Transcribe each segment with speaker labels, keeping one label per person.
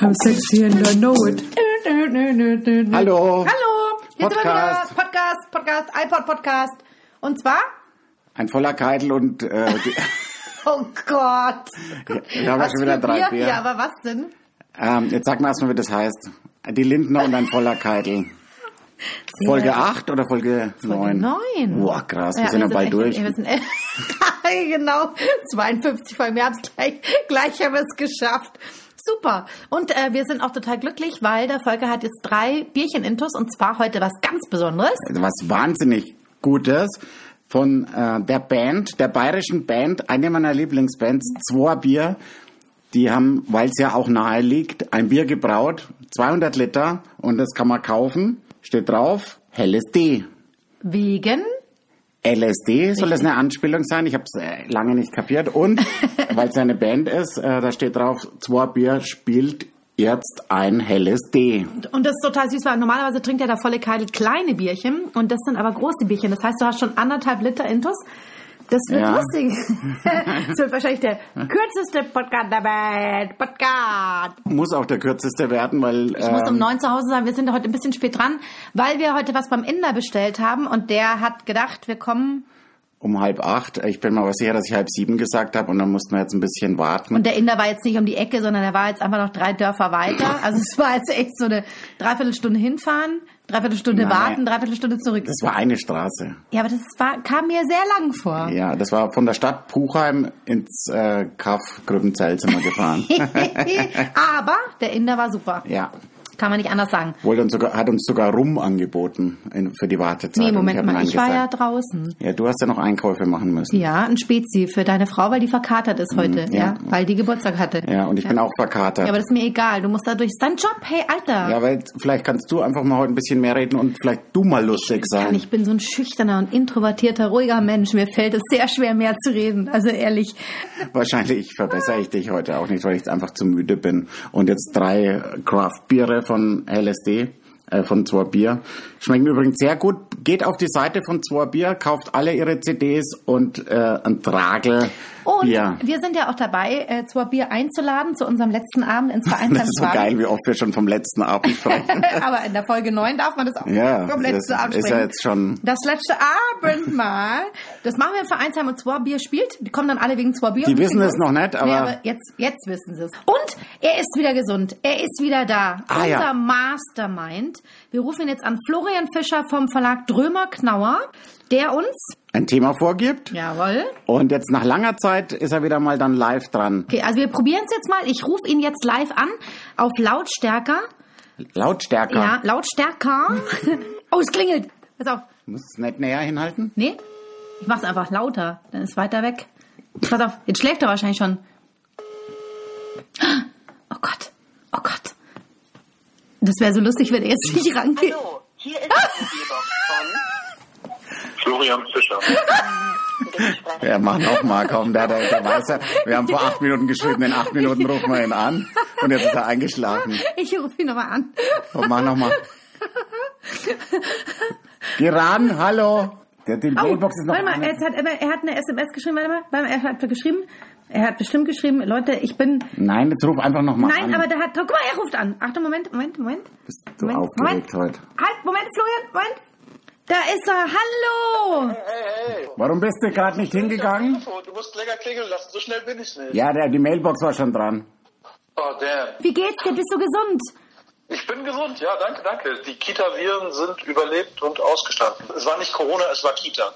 Speaker 1: I'm sexy and I know it.
Speaker 2: Hallo.
Speaker 3: Hm. Hallo, hier
Speaker 2: Podcast.
Speaker 3: sind wir wieder. Podcast, Podcast, iPod Podcast. Und zwar,
Speaker 2: Ein voller Keitel und äh, die,
Speaker 3: oh Gott.
Speaker 2: wir haben ja schon wieder
Speaker 3: für
Speaker 2: drei Bier.
Speaker 3: Ja, aber was denn?
Speaker 2: ähm, jetzt sag mal erstmal, wie das heißt. Die Lindner und ein voller Keitel. Folge 8 oder Folge 9?
Speaker 3: neun.
Speaker 2: Boah, krass, wir
Speaker 3: Ja,
Speaker 2: sind ja bald
Speaker 3: echt-
Speaker 2: durch.
Speaker 3: Wir sind echt, genau, 52 Folgen. Wir haben es gleich, gleich haben wir es geschafft. Super. Und äh, wir sind auch total glücklich, weil der Volker hat jetzt drei Bierchen intus und zwar heute was ganz Besonderes.
Speaker 2: was wahnsinnig Gutes von äh, der Band, der bayerischen Band, eine meiner Lieblingsbands, Zwei Bier. Die haben, weil es ja auch nahe liegt, ein Bier gebraut, 200 Liter und das kann man kaufen. Steht drauf, LSD.
Speaker 3: Wegen,
Speaker 2: LSD, soll das eine Anspielung sein? Ich habe es äh, lange nicht kapiert. Und weil es ja eine Band ist, äh, da steht drauf, Zwei Bier spielt jetzt ein LSD.
Speaker 3: und das ist total süß, weil normalerweise trinkt ja der volle Keil kleine Bierchen und das sind aber große Bierchen. Das heißt, du hast schon anderthalb Liter intus. Das wird
Speaker 2: Ja.
Speaker 3: lustig. das wird wahrscheinlich der kürzeste Podcast der Welt. Podcast.
Speaker 2: Muss auch der kürzeste werden, weil... äh,
Speaker 3: Ich muss um neun zu Hause sein. Wir sind heute ein bisschen spät dran, weil wir heute was beim Inder bestellt haben und der hat gedacht, wir kommen.
Speaker 2: um halb acht. Ich bin mir aber sicher, dass ich halb sieben gesagt habe und dann mussten wir jetzt ein bisschen warten.
Speaker 3: Und der Inder war jetzt nicht um die Ecke, sondern er war jetzt einfach noch drei Dörfer weiter. Also es war jetzt echt so eine Dreiviertelstunde hinfahren, Dreiviertelstunde
Speaker 2: Nein.
Speaker 3: warten, Dreiviertelstunde zurück.
Speaker 2: das war eine Straße.
Speaker 3: Ja, aber das war, kam mir sehr lang vor.
Speaker 2: Ja, das war von der Stadt Puchheim ins äh, Kaff Gröbenzell sind wir gefahren.
Speaker 3: aber der Inder war super.
Speaker 2: ja.
Speaker 3: Kann man nicht anders sagen.
Speaker 2: Wollte uns sogar, hat uns sogar Rum angeboten in, für die Wartezeit.
Speaker 3: Nee,
Speaker 2: Und
Speaker 3: Moment
Speaker 2: hab
Speaker 3: mal,
Speaker 2: Nein
Speaker 3: ich war ja
Speaker 2: gesagt.
Speaker 3: draußen.
Speaker 2: ja. du hast ja noch Einkäufe machen müssen.
Speaker 3: Ja, ein Spezi für deine Frau, weil die verkatert ist heute,
Speaker 2: Mhm, ja.
Speaker 3: ja, weil die Geburtstag hatte.
Speaker 2: Ja, und ich bin auch verkatert.
Speaker 3: Ja, aber das ist mir egal. Du musst dadurch dein Job. Hey, Alter.
Speaker 2: Ja, weil jetzt- vielleicht kannst du einfach mal heute ein bisschen mehr reden und vielleicht du mal lustig
Speaker 3: Mann,
Speaker 2: sein.
Speaker 3: ich bin so ein schüchterner und introvertierter, ruhiger Mensch. Mir fällt es sehr schwer, mehr zu reden. Also ehrlich.
Speaker 2: Wahrscheinlich verbessere ich dich heute auch nicht, weil ich jetzt einfach zu müde bin. Und jetzt drei Craft-Biere von LSD, äh, von Zwa Bier. Schmecken übrigens sehr gut. Geht auf die Seite von Zwa Bier, kauft alle ihre CDs und äh, ein Tragel
Speaker 3: Und
Speaker 2: Bier.
Speaker 3: wir sind ja auch dabei, äh, zur Bier einzuladen, zu unserem letzten Abend ins Verein
Speaker 2: Das ist so geil, wie oft wir schon vom letzten Abend sprechen.
Speaker 3: Aber in der Folge 9 darf man das auch
Speaker 2: Ja,
Speaker 3: vom letzten
Speaker 2: das
Speaker 3: Abend
Speaker 2: ist ja
Speaker 3: sprechen.
Speaker 2: jetzt schon-
Speaker 3: Das letzte Abendmahl. Das machen wir im Vereinsheim und Zwar Bier spielt. Die kommen dann alle wegen Zwar Bier.
Speaker 2: Die
Speaker 3: und
Speaker 2: wissen
Speaker 3: trinken
Speaker 2: es noch nicht, aber-
Speaker 3: jetzt, jetzt wissen sie es. Und er ist wieder gesund. Er ist wieder da.
Speaker 2: Ah,
Speaker 3: Unser
Speaker 2: ja.
Speaker 3: Mastermind. Wir rufen ihn jetzt an Florian Fischer vom Verlag Drömer Knauer, der uns,
Speaker 2: Ein Thema vorgibt.
Speaker 3: jawohl,
Speaker 2: Und jetzt nach langer Zeit ist er wieder mal dann live dran.
Speaker 3: okay, also wir probieren es jetzt mal. Ich rufe ihn jetzt live an auf Lautstärker.
Speaker 2: Lautstärker.
Speaker 3: Ja, Lautstärker. oh, es klingelt. Pass auf.
Speaker 2: Muss es nicht näher hinhalten?
Speaker 3: Nee, ich mach's einfach lauter, dann ist weiter weg. Pass auf, jetzt schläft er wahrscheinlich schon. Oh Gott, oh Gott. Das wäre so lustig, wenn er jetzt nicht rangeht.
Speaker 4: Hallo, hier ist die Geber von
Speaker 5: Florian Fischer.
Speaker 2: Ja, mach noch mal, komm, der, der, der weiß ja, wir haben vor acht Minuten geschrieben, in acht Minuten rufen wir ihn an und jetzt ist er eingeschlafen.
Speaker 3: Ich rufe ihn nochmal an.
Speaker 2: Komm, mach noch mal. Geh ran, hallo. Der, die
Speaker 3: Oh,
Speaker 2: Mailbox ist noch
Speaker 3: warte mal,
Speaker 2: an.
Speaker 3: jetzt hat, er- er hat eine SMS geschrieben, warte mal, warte mal, er hat geschrieben, er hat bestimmt geschrieben, Leute, ich bin...
Speaker 2: Nein, jetzt ruf einfach noch mal
Speaker 3: Nein,
Speaker 2: an.
Speaker 3: aber der hat... Guck mal, er ruft an. Achtung, Moment, Moment, Moment.
Speaker 2: Bist du
Speaker 3: Moment,
Speaker 2: aufgeregt
Speaker 3: Moment.
Speaker 2: heute?
Speaker 3: Halt, Moment, Florian, Moment. Da ist er, hallo.
Speaker 2: Warum bist du gerade nicht hingegangen?
Speaker 5: Telefon, Du musst länger klingeln lassen, so schnell bin ich nicht.
Speaker 2: Ja, der, die Mailbox war schon dran.
Speaker 5: Oh, damn.
Speaker 3: Wie geht's dir, bist du gesund?
Speaker 5: Ich bin gesund, ja, danke, danke. Die Kita-Viren sind überlebt und ausgestanden. Es war nicht Corona, es war Kita.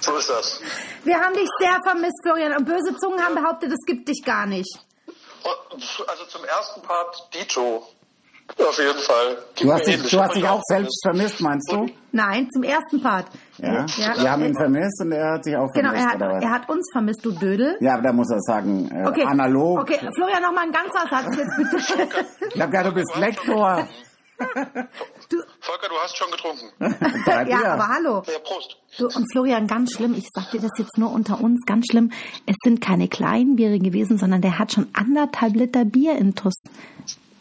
Speaker 5: so ist das.
Speaker 3: Wir haben dich sehr vermisst, Florian. Und böse Zungen haben behauptet, es gibt dich gar nicht.
Speaker 5: Und, Also zum ersten Part Dito. Auf jeden Fall.
Speaker 2: Du hast dich,
Speaker 5: Ähnlich.
Speaker 2: du hast dich auch selbst vermisst, meinst du?
Speaker 3: Nein, zum ersten Part.
Speaker 2: Ja.
Speaker 3: Ja.
Speaker 2: Wir haben ihn vermisst und er hat sich auch
Speaker 3: Genau,
Speaker 2: vermisst,
Speaker 3: er hat,
Speaker 2: oder was?
Speaker 3: er hat uns vermisst, du Dödel.
Speaker 2: ja, aber da muss er sagen, äh,
Speaker 3: Okay.
Speaker 2: analog.
Speaker 3: Okay, Florian, nochmal ein ganzer Satz jetzt bitte.
Speaker 2: Ich hab gedacht, du bist Lektor.
Speaker 5: Volker, du hast schon getrunken.
Speaker 2: Hm? Drei Bier.
Speaker 3: ja, aber hallo.
Speaker 5: Ja, Prost.
Speaker 3: Du, und Florian, ganz schlimm, ich sag dir das jetzt nur unter uns, ganz schlimm. Es sind keine kleinen Biere gewesen, sondern der hat schon anderthalb Liter Bier in Tuss.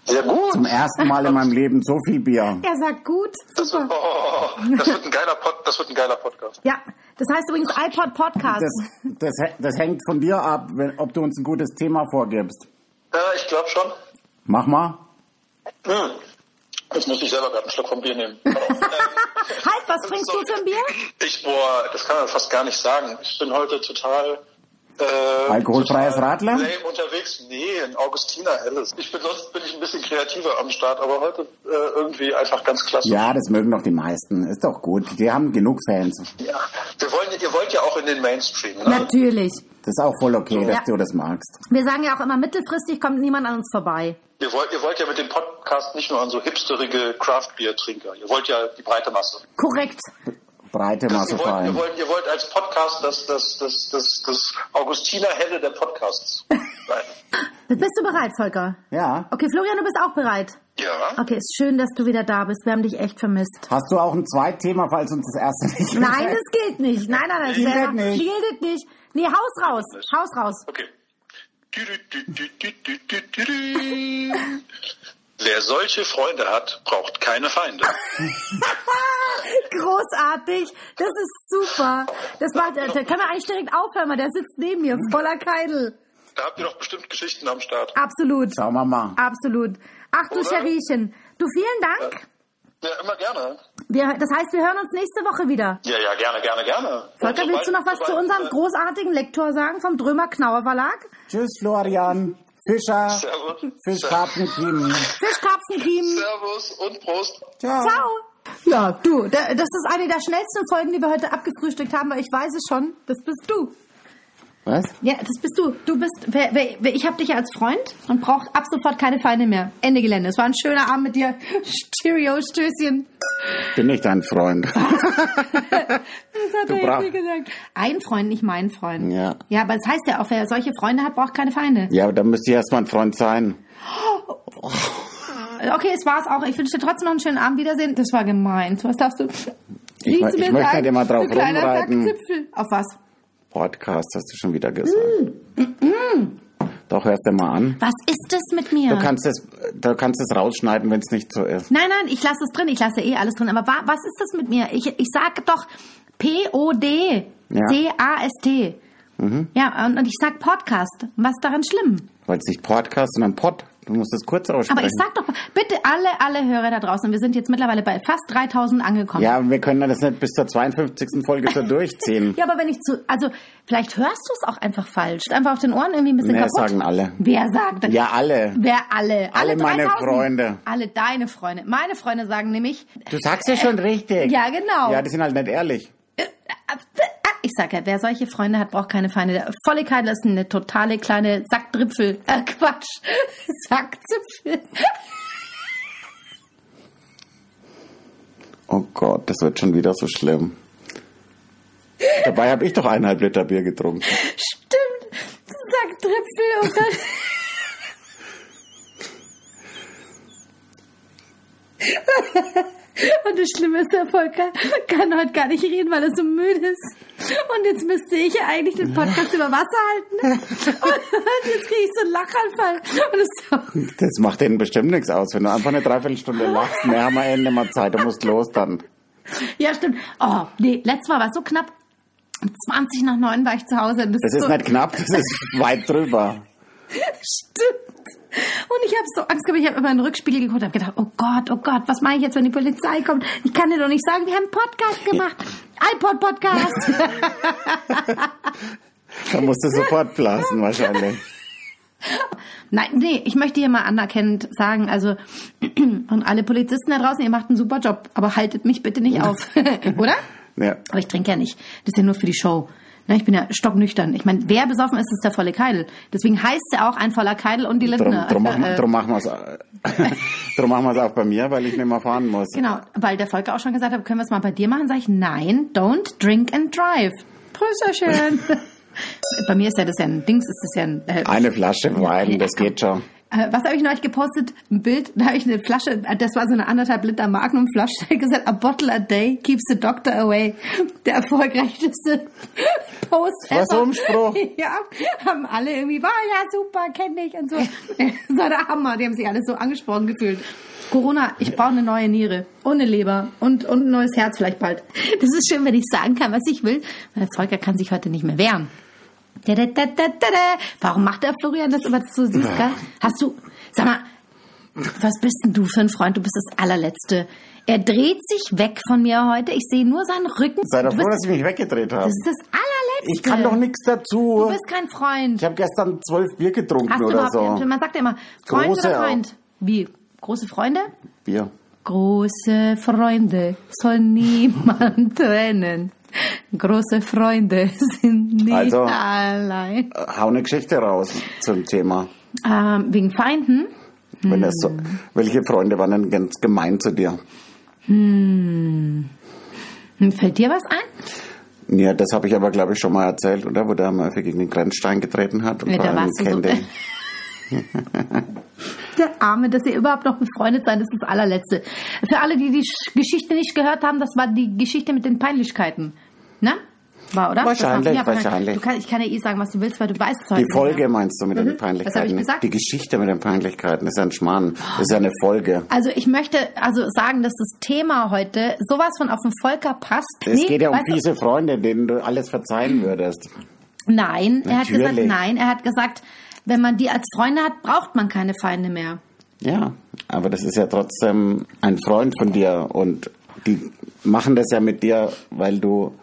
Speaker 5: Sehr gut.
Speaker 2: Zum ersten Mal in meinem Leben so viel Bier.
Speaker 3: Er sagt gut,
Speaker 5: Das wird,
Speaker 3: super.
Speaker 5: oh, das wird ein geiler Pod, das wird ein geiler Podcast.
Speaker 3: Ja, Das heißt übrigens iPod Podcast.
Speaker 2: Das, das, hä- das hängt von dir ab, wenn, ob du uns ein gutes Thema vorgibst.
Speaker 5: Ja, ich glaube schon.
Speaker 2: Mach mal.
Speaker 5: Hm. Jetzt muss ich selber gerade einen Schluck vom Bier nehmen. Pardon. Ähm,
Speaker 3: halt, was trinkst du für ein Bier?
Speaker 5: Ich, boah, das kann man fast gar nicht sagen. Ich bin heute total. Äh,
Speaker 2: Alkoholfreies
Speaker 5: total
Speaker 2: Radler?
Speaker 5: lame unterwegs? Nee, ein Augustiner Helles. Ich bin sonst bin ich ein bisschen kreativer am Start, aber heute äh, irgendwie einfach ganz klasse.
Speaker 2: Ja, das mögen doch die meisten. Ist doch gut. Die haben genug Fans.
Speaker 5: Ja. Wir wollen, ihr wollt ja auch in den Mainstream, ne?
Speaker 3: Natürlich.
Speaker 2: Das ist auch voll okay, dass
Speaker 3: Ja.
Speaker 2: du das magst.
Speaker 3: Wir sagen ja auch immer, mittelfristig kommt niemand an uns vorbei.
Speaker 5: Ihr wollt, ihr wollt ja mit dem Podcast nicht nur an so hipsterige Craft-Bier-Trinker. Ihr wollt ja die breite Masse.
Speaker 3: Korrekt.
Speaker 2: Breite Masse
Speaker 5: ihr, wollt, ihr,
Speaker 2: fallen.
Speaker 5: wollt, ihr wollt als Podcast das, das, das, das, das Augustiner Helle der Podcasts sein.
Speaker 3: Bist du bereit, Volker?
Speaker 2: Ja.
Speaker 3: Okay, Florian, du bist auch bereit.
Speaker 5: ja.
Speaker 3: Okay, ist schön, dass du wieder da bist. Wir haben dich echt vermisst.
Speaker 2: Hast du auch ein Zweitthema, falls uns das erste nicht
Speaker 3: Nein, das gilt nicht. Nein, nein, nein.
Speaker 2: Gilt
Speaker 3: Gilt
Speaker 2: nicht.
Speaker 3: Gilt nicht. Nee, Haus raus. Haus raus.
Speaker 5: Okay. Dü- dü- dü- dü- dü- dü- dü- dü. Wer solche Freunde hat, braucht keine Feinde.
Speaker 3: Großartig. Das ist super. Das macht, äh, da können wir eigentlich direkt aufhören, weil der sitzt neben mir, voller Keidel.
Speaker 5: Da habt ihr doch bestimmt Geschichten am Start.
Speaker 3: Absolut.
Speaker 2: Schauen wir mal.
Speaker 3: Absolut. Ach du
Speaker 5: Oder?
Speaker 3: Scheriechen. Du, vielen Dank.
Speaker 5: Ja, immer gerne.
Speaker 3: Wir, das heißt, wir hören uns nächste Woche wieder.
Speaker 5: Ja, ja, gerne, gerne, gerne.
Speaker 3: Volker,
Speaker 5: Und
Speaker 3: willst du noch was zu
Speaker 5: sobald-
Speaker 3: unserem großartigen Lektor sagen vom Drömer Knauer Verlag?
Speaker 2: Tschüss, Florian. Fischer.
Speaker 5: äh, Servus.
Speaker 2: Fischkarpfenkimen.
Speaker 3: Fischkapsenkiemen.
Speaker 5: Servus und Prost.
Speaker 2: Ciao.
Speaker 3: Ciao. Ja, du, da- das ist eine der schnellsten Folgen, die wir heute abgefrühstückt haben, weil ich weiß es schon, das bist du.
Speaker 2: Was?
Speaker 3: Ja, das bist du. Du bist, wer, wer, wer, ich habe dich als Freund und brauche ab sofort keine Feinde mehr. Ende Gelände. Es war ein schöner Abend mit dir. Cheerio, Stößchen.
Speaker 2: Bin ich dein Freund?
Speaker 3: Das hat
Speaker 2: Du
Speaker 3: er jetzt
Speaker 2: brauch-
Speaker 3: nie gesagt. Ein Freund, nicht mein Freund.
Speaker 2: Ja.
Speaker 3: Ja, aber es heißt ja auch, wer solche Freunde hat, braucht keine Feinde.
Speaker 2: Ja, aber dann müsste ich erst mal ein Freund sein.
Speaker 3: Äh, Okay, es war's auch. Ich wünsche dir trotzdem noch einen schönen Abend. Wiedersehen. Das war gemein. So was darfst du.
Speaker 2: Ich
Speaker 3: Riechst du
Speaker 2: mö- ich
Speaker 3: mir
Speaker 2: möchte
Speaker 3: ein?
Speaker 2: nicht immer drauf
Speaker 3: Du kleiner
Speaker 2: rumreiten.
Speaker 3: Sackzipfel. Auf was?
Speaker 2: Podcast hast du schon wieder gesagt.
Speaker 3: Mm,
Speaker 2: Doch, hörst du mal an.
Speaker 3: Was ist das mit mir?
Speaker 2: Du kannst es, du kannst es rausschneiden, wenn es nicht so ist.
Speaker 3: nein, nein, ich lasse es drin. Ich lasse eh alles drin. Aber wa was ist das mit mir? Ich, ich sag doch P-O-D.
Speaker 2: Ja. Mhm.
Speaker 3: C-A-S-T. Ja, und, und ich sag Podcast. Was ist daran schlimm?
Speaker 2: Weil es nicht Podcast, sondern Pod. Du musst es kurz aussprechen.
Speaker 3: Aber ich sag doch, bitte alle, alle Hörer da draußen, wir sind jetzt mittlerweile bei fast 3000 angekommen.
Speaker 2: Ja, aber wir können das nicht bis zur 52. Folge so durchziehen.
Speaker 3: Ja, aber wenn ich zu, also vielleicht hörst du es auch einfach falsch. Einfach auf den Ohren irgendwie ein bisschen
Speaker 2: Nee, das
Speaker 3: kaputt.
Speaker 2: sagen alle.
Speaker 3: Wer sagt das?
Speaker 2: Ja, alle.
Speaker 3: Wer alle?
Speaker 2: Alle meine
Speaker 3: 3000.
Speaker 2: Freunde.
Speaker 3: Alle deine Freunde. Meine Freunde sagen nämlich,
Speaker 2: Du sagst ja schon richtig.
Speaker 3: Ja, genau.
Speaker 2: Ja, die sind halt nicht ehrlich.
Speaker 3: äh, ich sag ja, wer solche Freunde hat, braucht keine Feinde. Der Volle Keidel ist eine totale kleine Sackdripfel. Äh, Quatsch. Sackzipfel.
Speaker 2: Oh Gott, das wird schon wieder so schlimm. Dabei habe ich doch eineinhalb Liter Bier getrunken.
Speaker 3: Stimmt. Sackdripfel. Und dann Und das Schlimme ist, der Volker kann heute gar nicht reden, weil er so müde ist. Und jetzt müsste ich ja eigentlich den Podcast über Wasser halten. Und jetzt kriege ich so einen Lachanfall. Und es dauert.
Speaker 2: Das macht denen bestimmt nichts aus. Wenn du einfach eine Dreiviertelstunde lachst, mehr haben wir eh nicht mehr Zeit, du musst los dann.
Speaker 3: Ja, stimmt. Oh, nee, letztes Mal war es so knapp. Um 20 nach 9 war ich zu Hause. Und das,
Speaker 2: Das ist
Speaker 3: so,
Speaker 2: nicht knapp, das ist weit drüber.
Speaker 3: Stimmt. Und ich habe so Angst gehabt, ich habe immer in den Rückspiegel geguckt und habe gedacht, oh Gott, oh Gott, was mache ich jetzt, wenn die Polizei kommt? Ich kann dir doch nicht sagen, wir haben einen Podcast gemacht. iPod-Podcast.
Speaker 2: Da musst du sofort blasen wahrscheinlich.
Speaker 3: Nein, nee, ich möchte hier mal anerkennend sagen, also und alle Polizisten da draußen, ihr macht einen super Job, aber haltet mich bitte nicht auf, oder?
Speaker 2: Ja.
Speaker 3: Aber ich trinke ja nicht. Das ist ja nur für die Show. Ne, ich bin ja stocknüchtern. Ich meine, wer besoffen ist, ist der volle Keidel. Deswegen heißt er auch ein voller Keidel und die
Speaker 2: Drum,
Speaker 3: Lippner.
Speaker 2: drum, machen,
Speaker 3: Äh,
Speaker 2: drum machen wir's. drum machen wir's auch bei mir, weil ich nicht mehr fahren muss.
Speaker 3: Genau, weil der Volker auch schon gesagt hat, können wir es mal bei dir machen? Sag ich, nein, don't drink and drive. Prösterchen. bei mir ist ja das ja ein Dings, ist das ja ein... Äh,
Speaker 2: Eine Flasche Wein, das geht schon.
Speaker 3: äh, was habe ich neulich gepostet? Ein Bild, da habe ich eine Flasche, äh, das war so eine anderthalb Liter Magnum-Flasche, da habe ich gesagt, a bottle a day keeps the doctor away. Der erfolgreichste Post ever.
Speaker 2: Was für ein Spruch.
Speaker 3: Ja, haben alle irgendwie, war ja super, kenne ich und so. das war der Hammer, die haben sich alle so angesprochen gefühlt.
Speaker 6: Corona, ich brauche eine neue Niere und eine Leber und, und ein neues Herz vielleicht bald.
Speaker 3: Das ist schön, wenn ich sagen kann, was ich will, weil Volker kann sich heute nicht mehr wehren. Da, da, da, da, da, da. Warum macht der Florian das immer so süß, gell? Hast du, sag mal, was bist denn du für ein Freund? Du bist das allerletzte. Er dreht sich weg von mir heute. Ich sehe nur seinen Rücken.
Speaker 2: Sei doch
Speaker 3: Du
Speaker 2: froh,
Speaker 3: bist-
Speaker 2: dass ich mich weggedreht habe.
Speaker 3: Das ist das allerletzte.
Speaker 2: Ich kann doch nichts dazu.
Speaker 3: Du bist kein Freund.
Speaker 2: Ich habe gestern zwölf Bier getrunken
Speaker 3: Hast du
Speaker 2: oder
Speaker 3: überhaupt
Speaker 2: so.
Speaker 3: Man sagt ja immer, Freund
Speaker 2: Große
Speaker 3: oder
Speaker 2: auch.
Speaker 3: Freund? Wie? Große Freunde?
Speaker 2: Bier.
Speaker 3: Große Freunde soll niemand trennen. Große Freunde sind nicht
Speaker 2: Also-
Speaker 3: allein.
Speaker 2: Äh, Hau eine Geschichte raus zum Thema.
Speaker 3: Ähm, wegen Feinden?
Speaker 2: Wenn das so, welche Freunde waren denn ganz gemein zu dir?
Speaker 3: Hm, Fällt dir was ein?
Speaker 2: Ja, das habe ich aber, glaube ich, schon mal erzählt, oder? Wo der Murphy gegen den Grenzstein getreten hat. Und
Speaker 3: Ja, da
Speaker 2: vor allem
Speaker 3: warst du so-
Speaker 2: Candy.
Speaker 3: Der Arme, dass ihr überhaupt noch befreundet seid, das ist das allerletzte. Für alle, die die Sch- Geschichte nicht gehört haben, das war die Geschichte mit den Peinlichkeiten. Ne? War, oder?
Speaker 2: Wahrscheinlich,
Speaker 3: Das war-
Speaker 2: wahrscheinlich.
Speaker 3: Du kann, ich kann ja eh sagen, was du willst, weil du weißt es heute.
Speaker 2: Die
Speaker 3: nicht ne?
Speaker 2: Folge
Speaker 3: mehr.
Speaker 2: meinst du mit den
Speaker 3: Mhm. Was hab ich
Speaker 2: Peinlichkeiten?
Speaker 3: gesagt?
Speaker 2: Die Geschichte mit den Peinlichkeiten das ist ja ein Schmarrn. Das ist ja eine Folge.
Speaker 3: Also ich möchte also sagen, dass das Thema heute sowas von auf den Volker passt.
Speaker 2: Es
Speaker 3: Nee,
Speaker 2: geht ja um
Speaker 3: weißt du-
Speaker 2: fiese Freunde, denen du alles verzeihen würdest.
Speaker 3: Nein, er hat
Speaker 2: Natürlich.
Speaker 3: gesagt, nein, er hat gesagt, wenn man die als Freunde hat, braucht man keine Feinde mehr.
Speaker 2: Ja, aber das ist ja trotzdem ein Freund von dir und die machen das ja mit dir, weil du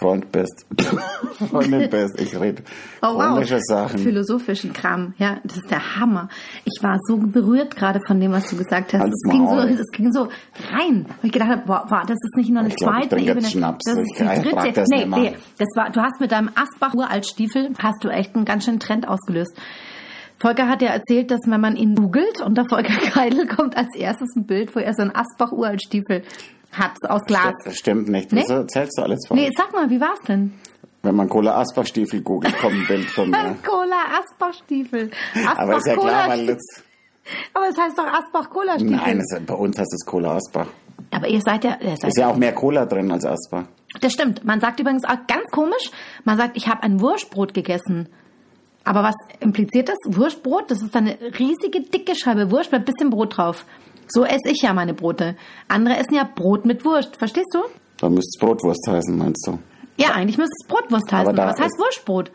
Speaker 2: Freund bist. Freundin bist. Ich rede
Speaker 3: Oh,
Speaker 2: komische Sachen.
Speaker 3: Philosophischen Kram, ja, das ist der Hammer. Ich war so berührt gerade von dem, was du gesagt hast.
Speaker 2: Halt's
Speaker 3: Es ging, so,
Speaker 2: Maul.
Speaker 3: es ging so rein. Und ich gedacht habe, boah, boah, das ist nicht nur eine
Speaker 2: Ich glaub,
Speaker 3: zweite
Speaker 2: ich trinke jetzt
Speaker 3: Ebene.
Speaker 2: Schnaps.
Speaker 3: Das
Speaker 2: Ich
Speaker 3: ist die
Speaker 2: frag
Speaker 3: dritte.
Speaker 2: das
Speaker 3: nee,
Speaker 2: nicht mal.
Speaker 3: nee, das war, du hast mit deinem Asbach Uraltstiefel, hast du echt einen ganz schönen Trend ausgelöst. Volker hat ja erzählt, dass wenn man ihn googelt, unter Volker Keidel kommt als erstes ein Bild, wo er so einen Asbach Uraltstiefel hat, aus Glas.
Speaker 2: Das stimmt nicht.
Speaker 3: Nee?
Speaker 2: Wieso erzählst du alles von?
Speaker 3: Nee, sag mal, wie war's denn?
Speaker 2: Wenn man Cola Asbach-Stiefel googelt, kommt ein Bild von mir.
Speaker 3: Cola Asbach-Stiefel. Asbach
Speaker 2: Aber ist ja klar, weil das,
Speaker 3: Aber es heißt doch Asbach-Cola-Stiefel.
Speaker 2: Nein, das, bei uns heißt es Cola Asbach.
Speaker 3: Aber ihr seid ja. Ihr seid
Speaker 2: Ist ja auch mehr Cola drin als Asbach.
Speaker 3: Das stimmt. Man sagt übrigens auch ganz komisch, man sagt, ich habe ein Wurstbrot gegessen. Aber was impliziert das? Wurstbrot, das ist dann eine riesige, dicke Scheibe Wurst mit ein bisschen Brot drauf. So esse ich ja meine Brote. Andere essen ja Brot mit Wurst. Verstehst du?
Speaker 2: Da müsste es Brotwurst heißen, meinst du?
Speaker 3: Ja, eigentlich müsste es Brotwurst heißen.
Speaker 2: Aber da
Speaker 3: Aber was heißt
Speaker 2: ist-
Speaker 3: Wurstbrot?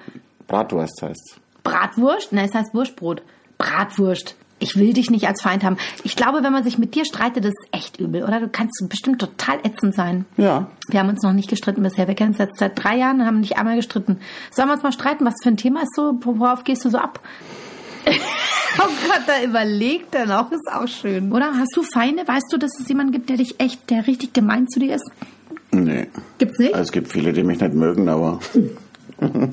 Speaker 2: Bratwurst heißt
Speaker 3: Bratwurst? Nein, es heißt Wurstbrot. Bratwurst. Ich will dich nicht als Feind haben. Ich glaube, wenn man sich mit dir streitet, das ist echt übel, oder? Du kannst bestimmt total ätzend sein.
Speaker 2: Ja.
Speaker 3: Wir haben uns noch nicht gestritten bisher. Wir kennen uns jetzt seit drei Jahren und haben nicht einmal gestritten. Sollen wir uns mal streiten? Was für ein Thema ist so? Worauf gehst du so ab?
Speaker 6: Oh Gott, da überlegt er noch, ist auch schön.
Speaker 3: Oder hast du Feinde? Weißt du, dass es jemanden gibt, der dich echt, der richtig gemein zu dir ist?
Speaker 2: Nee. Also
Speaker 3: Gibt's nicht?
Speaker 2: Es gibt viele, die mich nicht mögen, aber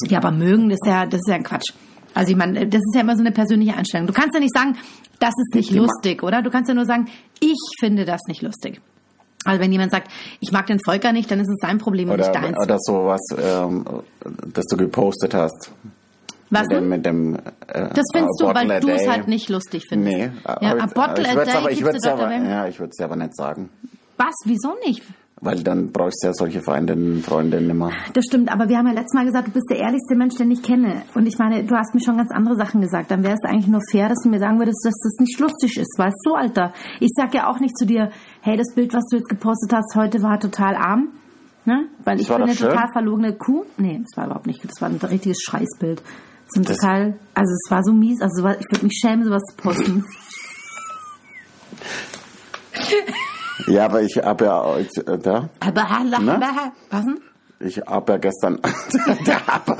Speaker 3: Ja, aber mögen, das ist ja, das ist ja ein Quatsch. Also ich meine, das ist ja immer so eine persönliche Einstellung. Du kannst ja nicht sagen, das ist nicht
Speaker 2: Thema-
Speaker 3: lustig, oder? Du kannst ja nur sagen, ich finde das nicht lustig. Also wenn jemand sagt, ich mag den Volker nicht, dann ist es sein Problem und
Speaker 2: oder,
Speaker 3: nicht deins.
Speaker 2: oder sowas, ähm, das du gepostet hast.
Speaker 3: Was
Speaker 2: mit dem,
Speaker 3: denn?
Speaker 2: mit dem äh,
Speaker 3: Das findest
Speaker 2: a
Speaker 3: du, weil
Speaker 2: bottle a
Speaker 3: du es
Speaker 2: day.
Speaker 3: halt nicht lustig findest.
Speaker 2: Nee,
Speaker 3: ja,
Speaker 2: aber-
Speaker 3: a bottle
Speaker 2: ich
Speaker 3: a
Speaker 2: würd's
Speaker 3: day
Speaker 2: aber, ich
Speaker 3: gibst
Speaker 2: würd's
Speaker 3: du dort
Speaker 2: aber,
Speaker 3: aber-
Speaker 2: ja, ich würde es aber nicht sagen,
Speaker 3: Was? Wieso nicht?
Speaker 2: weil dann brauchst du ja solche Freundinnen, Freundinnen immer.
Speaker 3: Das stimmt, aber wir haben ja letztes Mal gesagt, du bist der ehrlichste Mensch, den ich kenne. Und ich meine, du hast mir schon ganz andere Sachen gesagt. Dann wäre es eigentlich nur fair, dass du mir sagen würdest, dass das nicht lustig ist. Weißt du, Alter? Ich sag ja auch nicht zu dir, hey, das Bild, was du jetzt gepostet hast, heute war total arm. Ne? Weil ich
Speaker 2: war
Speaker 3: bin
Speaker 2: doch
Speaker 3: eine
Speaker 2: schön.
Speaker 3: total verlogene Kuh. Nee, das war überhaupt nicht. Das war ein richtiges Scheißbild. So ein
Speaker 2: Das-
Speaker 3: total, also es war so mies. Also ich würde mich schämen, sowas zu posten.
Speaker 2: Ja, aber ich habe ja, ich, äh, da,
Speaker 3: Aber,
Speaker 2: Ne?
Speaker 3: was denn?
Speaker 2: ich habe ja gestern, da, aber,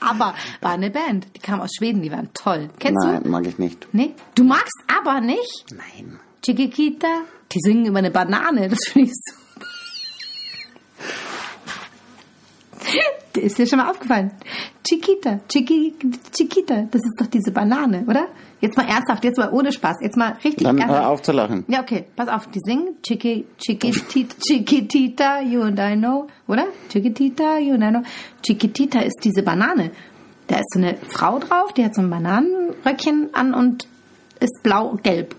Speaker 3: Aber war eine Band. Die kam aus Schweden, die waren toll. Kennst du?
Speaker 2: nein, mag ich nicht.
Speaker 3: Nee? Du magst aber nicht? Nein. Chiquita? Die singen über eine Banane, das finde ich so. Das ist dir schon mal aufgefallen. Chiquita, Chiqui, Chiquita, das ist doch diese Banane, oder? Jetzt mal ernsthaft, jetzt mal ohne Spaß, jetzt mal richtig
Speaker 2: Dann
Speaker 3: ernsthaft.
Speaker 2: hör auf zu lachen.
Speaker 3: Ja, okay, pass auf, die singen Chiqui, Chiquitita, Chiquitita, you and I know, oder? Chiquitita, you and I know. Chiquitita ist diese Banane. Da ist so eine Frau drauf, die hat so ein Bananenröckchen an und ist blau-gelb.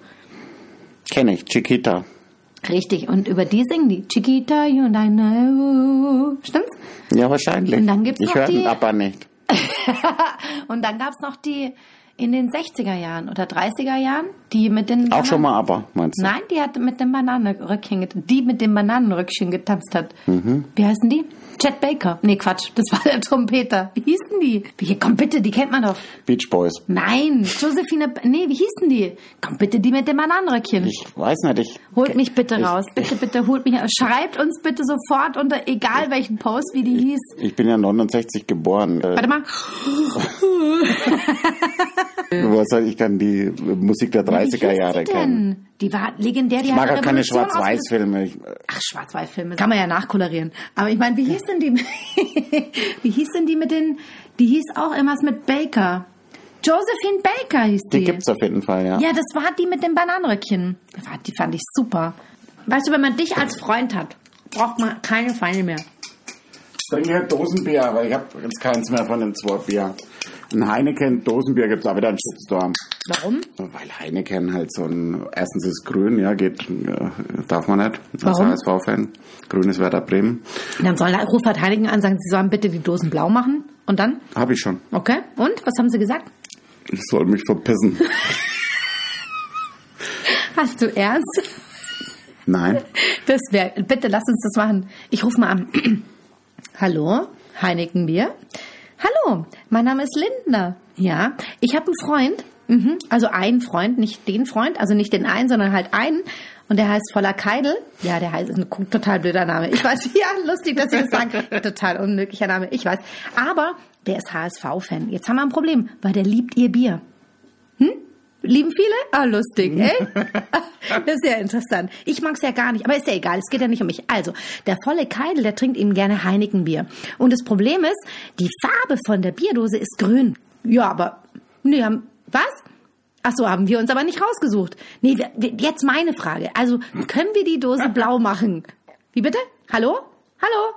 Speaker 2: Kenne ich, Chiquita.
Speaker 3: Richtig, und über die singen die Chiquita, you and I know. Stimmt's?
Speaker 2: Ja, wahrscheinlich.
Speaker 3: Und dann gibt's
Speaker 2: ich
Speaker 3: noch
Speaker 2: höre
Speaker 3: die-
Speaker 2: den aber nicht.
Speaker 3: Und dann gab's noch die in den 60er Jahren oder 30er Jahren, die mit den
Speaker 2: Auch schon mal aber, meinst du?
Speaker 3: Nein, die hat mit dem Bananenröckchen, get- die mit dem Bananenröckchen getanzt hat.
Speaker 2: Mhm.
Speaker 3: Wie heißen die? Chad Baker. Nee, Quatsch, das war der Trompeter. Wie hießen die? Wie, komm bitte, die kennt man doch.
Speaker 2: Beach Boys.
Speaker 3: Nein, Josephine, nee, wie hießen die? Komm bitte, die mit dem Bananenröckchen.
Speaker 2: Ich weiß nicht, ich.
Speaker 3: Holt mich bitte
Speaker 2: ich-
Speaker 3: raus. Bitte, bitte, holt mich Schreibt uns bitte sofort unter, egal welchen Post, wie die hieß.
Speaker 2: Ich bin ja 69 geboren. Äh,
Speaker 3: Warte mal.
Speaker 2: was soll ich dann die Musik der
Speaker 3: Wie hieß
Speaker 2: 30er Jahre
Speaker 3: die
Speaker 2: kennen?
Speaker 3: denn? Die war legendär. Die
Speaker 2: Ich
Speaker 3: hat
Speaker 2: mag ja
Speaker 3: eine
Speaker 2: keine
Speaker 3: Revolution
Speaker 2: Schwarz-Weiß-Filme. Ich-
Speaker 3: Ach, Schwarz-Weiß-Filme. Kann man ja nachkolorieren. Aber ich meine, wie hieß denn die? wie hieß denn die mit den? Die hieß auch irgendwas mit Baker. Josephine Baker hieß die.
Speaker 2: Die gibt's auf jeden Fall, ja.
Speaker 3: ja, das war die mit dem Bananenröckchen. Die war- Die fand ich super. Weißt du, wenn man dich als Freund hat, braucht man keine Feinde mehr.
Speaker 2: Ich trinke halt Dosenbier, weil ich habe jetzt keins mehr von dem Zwartbier. Ein Heineken Dosenbier gibt's auch wieder einen Shitstorm.
Speaker 3: Warum?
Speaker 2: Weil Heineken halt so ein, erstens ist grün, ja, geht, äh, darf man nicht, als
Speaker 3: Warum?
Speaker 2: HSV-Fan. Grün ist Werder Bremen.
Speaker 3: Dann soll Ruf hat Heiligen an, sagen, sie sollen bitte die Dosen blau machen. Und dann?
Speaker 2: Habe ich schon.
Speaker 3: Okay. Und? Was haben sie gesagt?
Speaker 2: Ich soll mich verpissen.
Speaker 3: Hast du ernst?
Speaker 2: Nein.
Speaker 3: Das wär, bitte lass uns das machen. Ich rufe mal an. Hallo, Heineken Bier. Hallo, mein Name ist Lindner. Ja, ich habe einen Freund, mhm, also einen Freund, nicht den Freund, also nicht den einen, sondern halt einen. Und der heißt Voller Keidel. Ja, der heißt, ist ein k- total blöder Name. Ich weiß, ja, lustig, dass ich das sage. Total unmöglicher Name, ich weiß. Aber der ist HSV-Fan. Jetzt haben wir ein Problem, weil der liebt ihr Bier. Lieben viele? Ah, lustig, ey. Das ist ja interessant. Ich mag's ja gar nicht, aber ist ja egal, es geht ja nicht um mich. Also, der volle Keidel, der trinkt eben gerne Heinekenbier. Und das Problem ist, die Farbe von der Bierdose ist grün. Ja, aber, nee, haben, was? Ach so, haben wir uns aber nicht rausgesucht. Nee, wir- wir- jetzt meine Frage. Also, können wir die Dose blau machen? Wie bitte? Hallo? Hallo?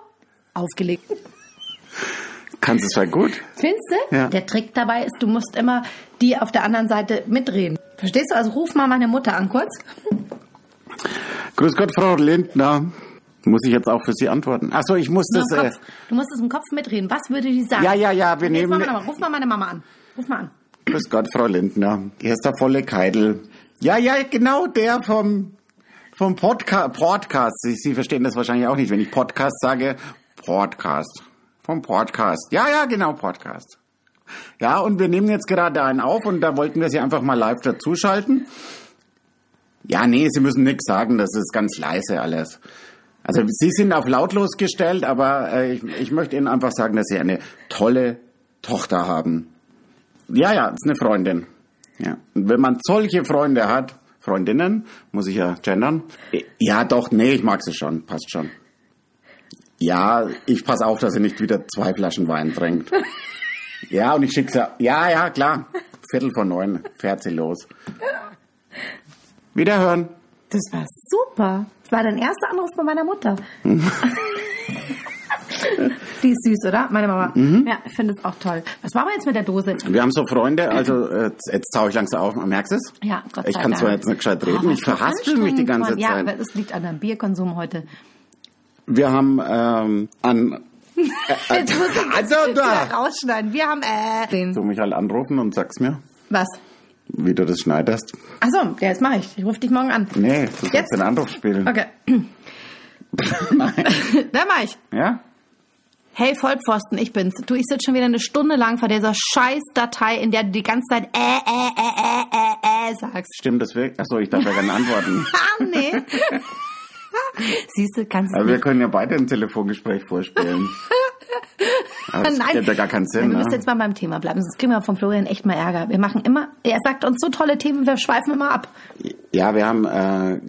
Speaker 3: Aufgelegt.
Speaker 2: Kannst es halt gut.
Speaker 3: Findest du?
Speaker 2: Ja.
Speaker 3: Der Trick dabei ist, du musst immer die auf der anderen Seite mitreden. Verstehst du? Also ruf mal meine Mutter an kurz.
Speaker 2: Grüß Gott, Frau Lindner. Muss ich jetzt auch für Sie antworten? Achso, ich muss das.
Speaker 3: Nur im
Speaker 2: Äh,
Speaker 3: Kopf. Du musst es im Kopf mitreden. Was würde die sagen?
Speaker 2: ja, ja, ja, wir
Speaker 3: Jetzt
Speaker 2: nehmen.
Speaker 3: machen wir nochmal. Ruf mal meine Mama an. Ruf mal an.
Speaker 2: Grüß Gott, Frau Lindner. Hier ist der volle Keidel. Ja, ja, genau der vom, vom Podca Podcast. Sie, Sie verstehen das wahrscheinlich auch nicht, wenn ich Podcast sage. Podcast. Vom Podcast. Ja, ja, genau, Podcast. Ja, und wir nehmen jetzt gerade einen auf und da wollten wir Sie einfach mal live dazuschalten. Ja, nee, Sie müssen nichts sagen, das ist ganz leise alles. Also Sie sind auf lautlos gestellt, aber äh, ich, ich möchte Ihnen einfach sagen, dass Sie eine tolle Tochter haben. Ja, ja, ist eine Freundin. Ja. Und wenn man solche Freunde hat, Freundinnen, muss ich ja gendern. Ja, doch, nee, ich mag sie schon, passt schon. Ja, ich pass auf, dass sie nicht wieder zwei Flaschen Wein trinkt. Ja, und ich schicke sie. Ja, ja, klar. Viertel vor neun fährt sie los. Wiederhören.
Speaker 3: Das war super. Das war dein erster Anruf bei meiner Mutter. die ist süß, oder? Meine Mama.
Speaker 2: Mhm.
Speaker 3: Ja, ich finde es auch toll. Was machen wir jetzt mit der Dose?
Speaker 2: Wir haben so Freunde, also äh, jetzt zau ich langsam auf, merkst du es?
Speaker 3: Ja, Gott sei
Speaker 2: Ich kann
Speaker 3: Dank.
Speaker 2: zwar jetzt nicht gescheit reden,
Speaker 3: Aber
Speaker 2: ich
Speaker 3: es war
Speaker 2: verhaspel mich die ganze
Speaker 3: anstrengend, Mann.
Speaker 2: Zeit.
Speaker 3: Ja, aber es liegt an deinem Bierkonsum heute.
Speaker 2: Wir haben ähm, an...
Speaker 3: Jetzt muss ich
Speaker 2: Also da!
Speaker 3: wieder rausschneiden. Wir haben äh, den.
Speaker 2: Du mich halt anrufen und sag's mir,
Speaker 3: Was?
Speaker 2: wie du das schneiderst.
Speaker 3: Achso, ja, jetzt mache ich. Ich rufe dich morgen an.
Speaker 2: Nee, du sollst den Anruf spielen.
Speaker 3: Okay. Dann mache ich.
Speaker 2: Ja?
Speaker 3: Hey Vollpfosten, ich bin's. Du, ich sitze schon wieder eine Stunde lang vor dieser scheiß Datei, in der du die ganze Zeit äh, äh, äh, äh, äh, äh sagst.
Speaker 2: Stimmt das wirklich? Achso, ich darf ja gerne antworten.
Speaker 3: Ah, nee. Siehst du, kannst du
Speaker 2: Aber wir können ja beide ein Telefongespräch vorspielen. Aber das
Speaker 3: Nein.
Speaker 2: hat ja gar keinen Sinn,
Speaker 3: Wir
Speaker 2: ne?
Speaker 3: müssen jetzt mal beim Thema bleiben, sonst kriegen wir von Florian echt mal Ärger. Wir machen immer, er sagt uns so tolle Themen, wir schweifen immer ab.
Speaker 2: Ja, wir haben... Äh,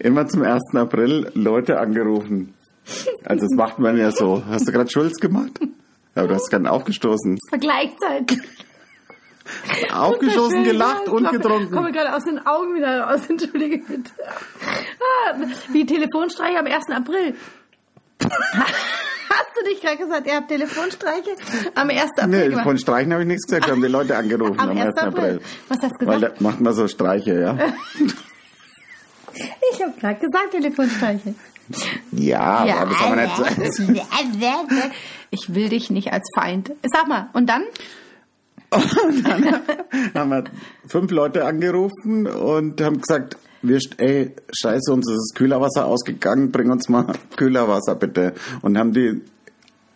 Speaker 2: Immer zum 1. April Leute angerufen. Also das macht man ja so. Hast du gerade Schulz gemacht? Aber du hast gerade aufgestoßen.
Speaker 3: Gleichzeitig.
Speaker 2: Aufgeschossen, gelacht und getrunken.
Speaker 3: Komme gerade aus den Augen wieder raus, entschuldige bitte. Ah, Wie Telefonstreiche am 1. April. Hast du nicht gerade gesagt, ihr habt Telefonstreiche am 1. April
Speaker 2: Nee,
Speaker 3: gemacht?
Speaker 2: von Streichen habe ich nichts gesagt. Wir haben die Leute angerufen am, 1. April.
Speaker 3: Was hast du
Speaker 2: Weil
Speaker 3: gesagt?
Speaker 2: da macht man so Streiche, ja?
Speaker 3: Ich habe gerade gesagt, ihr Telefonstreiche.
Speaker 2: Ja,
Speaker 3: Ja,
Speaker 2: aber das haben wir nicht.
Speaker 3: Ich will dich nicht als Feind. Sag mal, und dann?
Speaker 2: haben wir fünf Leute angerufen und haben gesagt, wir, st- ey, scheiße, uns ist das Kühlerwasser ausgegangen, bring uns mal Kühlerwasser bitte. Und haben die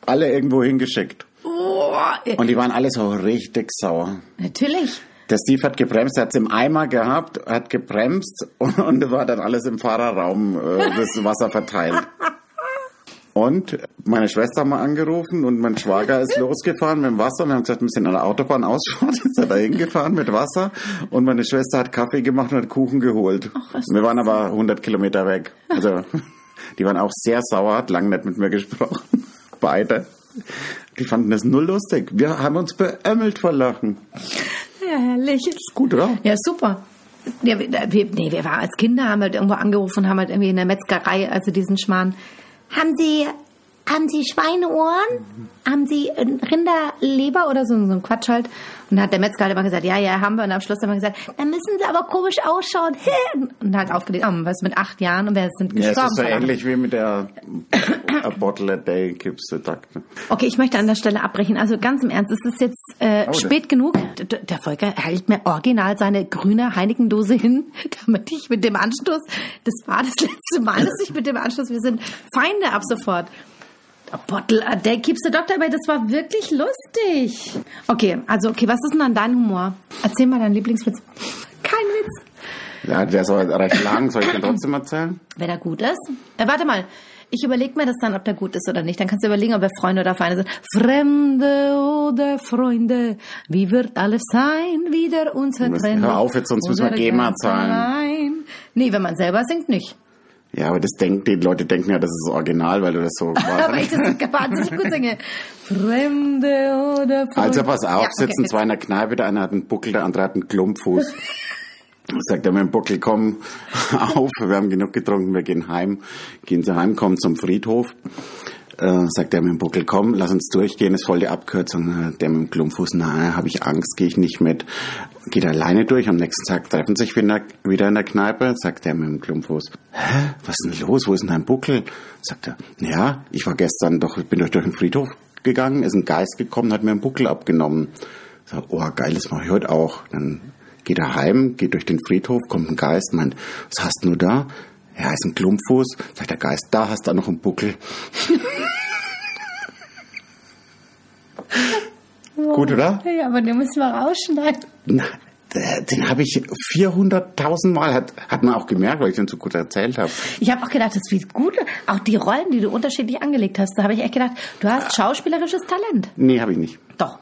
Speaker 2: alle irgendwo hingeschickt.
Speaker 3: Oh, äh,
Speaker 2: Und die waren alle so richtig sauer.
Speaker 3: natürlich.
Speaker 2: Der Steve hat gebremst, er hat es im Eimer gehabt, hat gebremst und, und war dann alles im Fahrerraum äh, das Wasser verteilt. Und meine Schwester haben wir angerufen und mein Schwager ist losgefahren mit dem Wasser. Wir haben gesagt, wir sind an der Autobahn ausfahren. Jetzt hat er hingefahren mit Wasser und meine Schwester hat Kaffee gemacht und hat Kuchen geholt.
Speaker 3: was
Speaker 2: wir waren aber 100 Kilometer weg. Also die waren auch sehr sauer, hat lange nicht mit mir gesprochen. Beide. Die fanden das null lustig. Wir haben uns beömmelt vor Lachen.
Speaker 3: Ja, herrlich.
Speaker 2: Gut, oder?
Speaker 3: Ja, super. Ja, wir, wir, nee, wir waren als Kinder, haben halt irgendwo angerufen, haben halt irgendwie in der Metzgerei, also diesen Schmarrn. Haben Sie, haben Sie Schweineohren? Haben Sie äh, Rinderleber oder so, so ein Quatsch halt? Und dann hat der Metzger halt immer gesagt, ja, ja, haben wir. Und am Schluss haben wir gesagt, dann müssen Sie aber komisch ausschauen. Und hat aufgelegt, oh, was mit acht Jahren und wir sind
Speaker 2: Ja,
Speaker 3: gestorben.
Speaker 2: es ist so
Speaker 3: verdammt.
Speaker 2: ähnlich wie mit der A Bottle a Day kippst du Takte.
Speaker 3: Okay, ich möchte an der Stelle abbrechen. Also ganz im Ernst, es ist jetzt äh,
Speaker 2: Oh,
Speaker 3: spät genug. D- d- Der Volker hält mir original seine grüne Heineken-Dose hin, damit ich mit dem Anstoß, das war das letzte Mal, dass ich mit dem Anstoß, wir sind Feinde ab sofort. A Bottle a day keeps the doctor away. Das war wirklich lustig. Okay, also okay, was ist denn dann dein Humor? Erzähl mal deinen Lieblingswitz. Kein Witz.
Speaker 2: Ja, der ist aber recht lang, soll ich den trotzdem erzählen?
Speaker 3: Wenn er gut ist. Äh, warte mal. Ich überlege mir das dann, ob der gut ist oder nicht. Dann kannst du überlegen, ob wir Freunde oder Feinde sind. Fremde oder Freunde, wie wird alles sein, wieder unser
Speaker 2: Wir müssen- hör auf jetzt, sonst müssen wir GEMA zahlen.
Speaker 3: Nein. Nee, wenn man selber singt, nicht.
Speaker 2: Ja, aber das denkt, die Leute denken ja, das ist original, weil du das so
Speaker 3: Aber ich
Speaker 2: warst.
Speaker 3: das wahnsinnig gut singe. Fremde oder Freunde.
Speaker 2: Also pass auf,
Speaker 3: Ja, okay,
Speaker 2: sitzen
Speaker 3: jetzt.
Speaker 2: zwei in der Kneipe, der eine hat einen Buckel, der andere hat einen Klumpfuß. Sagt er mit dem Buckel, komm auf, wir haben genug getrunken, wir gehen heim. Gehen sie heim, kommen zum Friedhof. Äh, sagt er mit dem Buckel, komm, lass uns durchgehen, ist voll die Abkürzung. Der mit dem Klumpfuß, na, habe ich Angst, gehe ich nicht mit. Geht alleine durch, am nächsten Tag treffen sich wieder, wieder in der Kneipe, sagt der mit dem Klumpfuß. Hä, was ist denn los, wo ist denn dein Buckel? Sagt er, ja, ich war gestern doch, bin durch, durch den Friedhof gegangen, ist ein Geist gekommen, hat mir einen Buckel abgenommen. Sag, oh, geil, das mache ich heute auch. Dann geht er heim, geht durch den Friedhof, kommt ein Geist, meint, was hast du da? Er heißt ein Klumpfuß. Sagt der Geist, da hast du auch noch einen Buckel. Gut,
Speaker 3: Oh,
Speaker 2: oder?
Speaker 6: Ja, aber den müssen wir rausschneiden.
Speaker 2: Na, äh, den habe ich 400.000 Mal, hat, hat man auch gemerkt, weil ich den so gut erzählt habe.
Speaker 3: Ich habe auch gedacht, das ist gut. Auch die Rollen, die du unterschiedlich angelegt hast, da habe ich echt gedacht, du hast
Speaker 2: Ah.
Speaker 3: schauspielerisches Talent.
Speaker 2: Nee, habe ich nicht.
Speaker 3: Doch,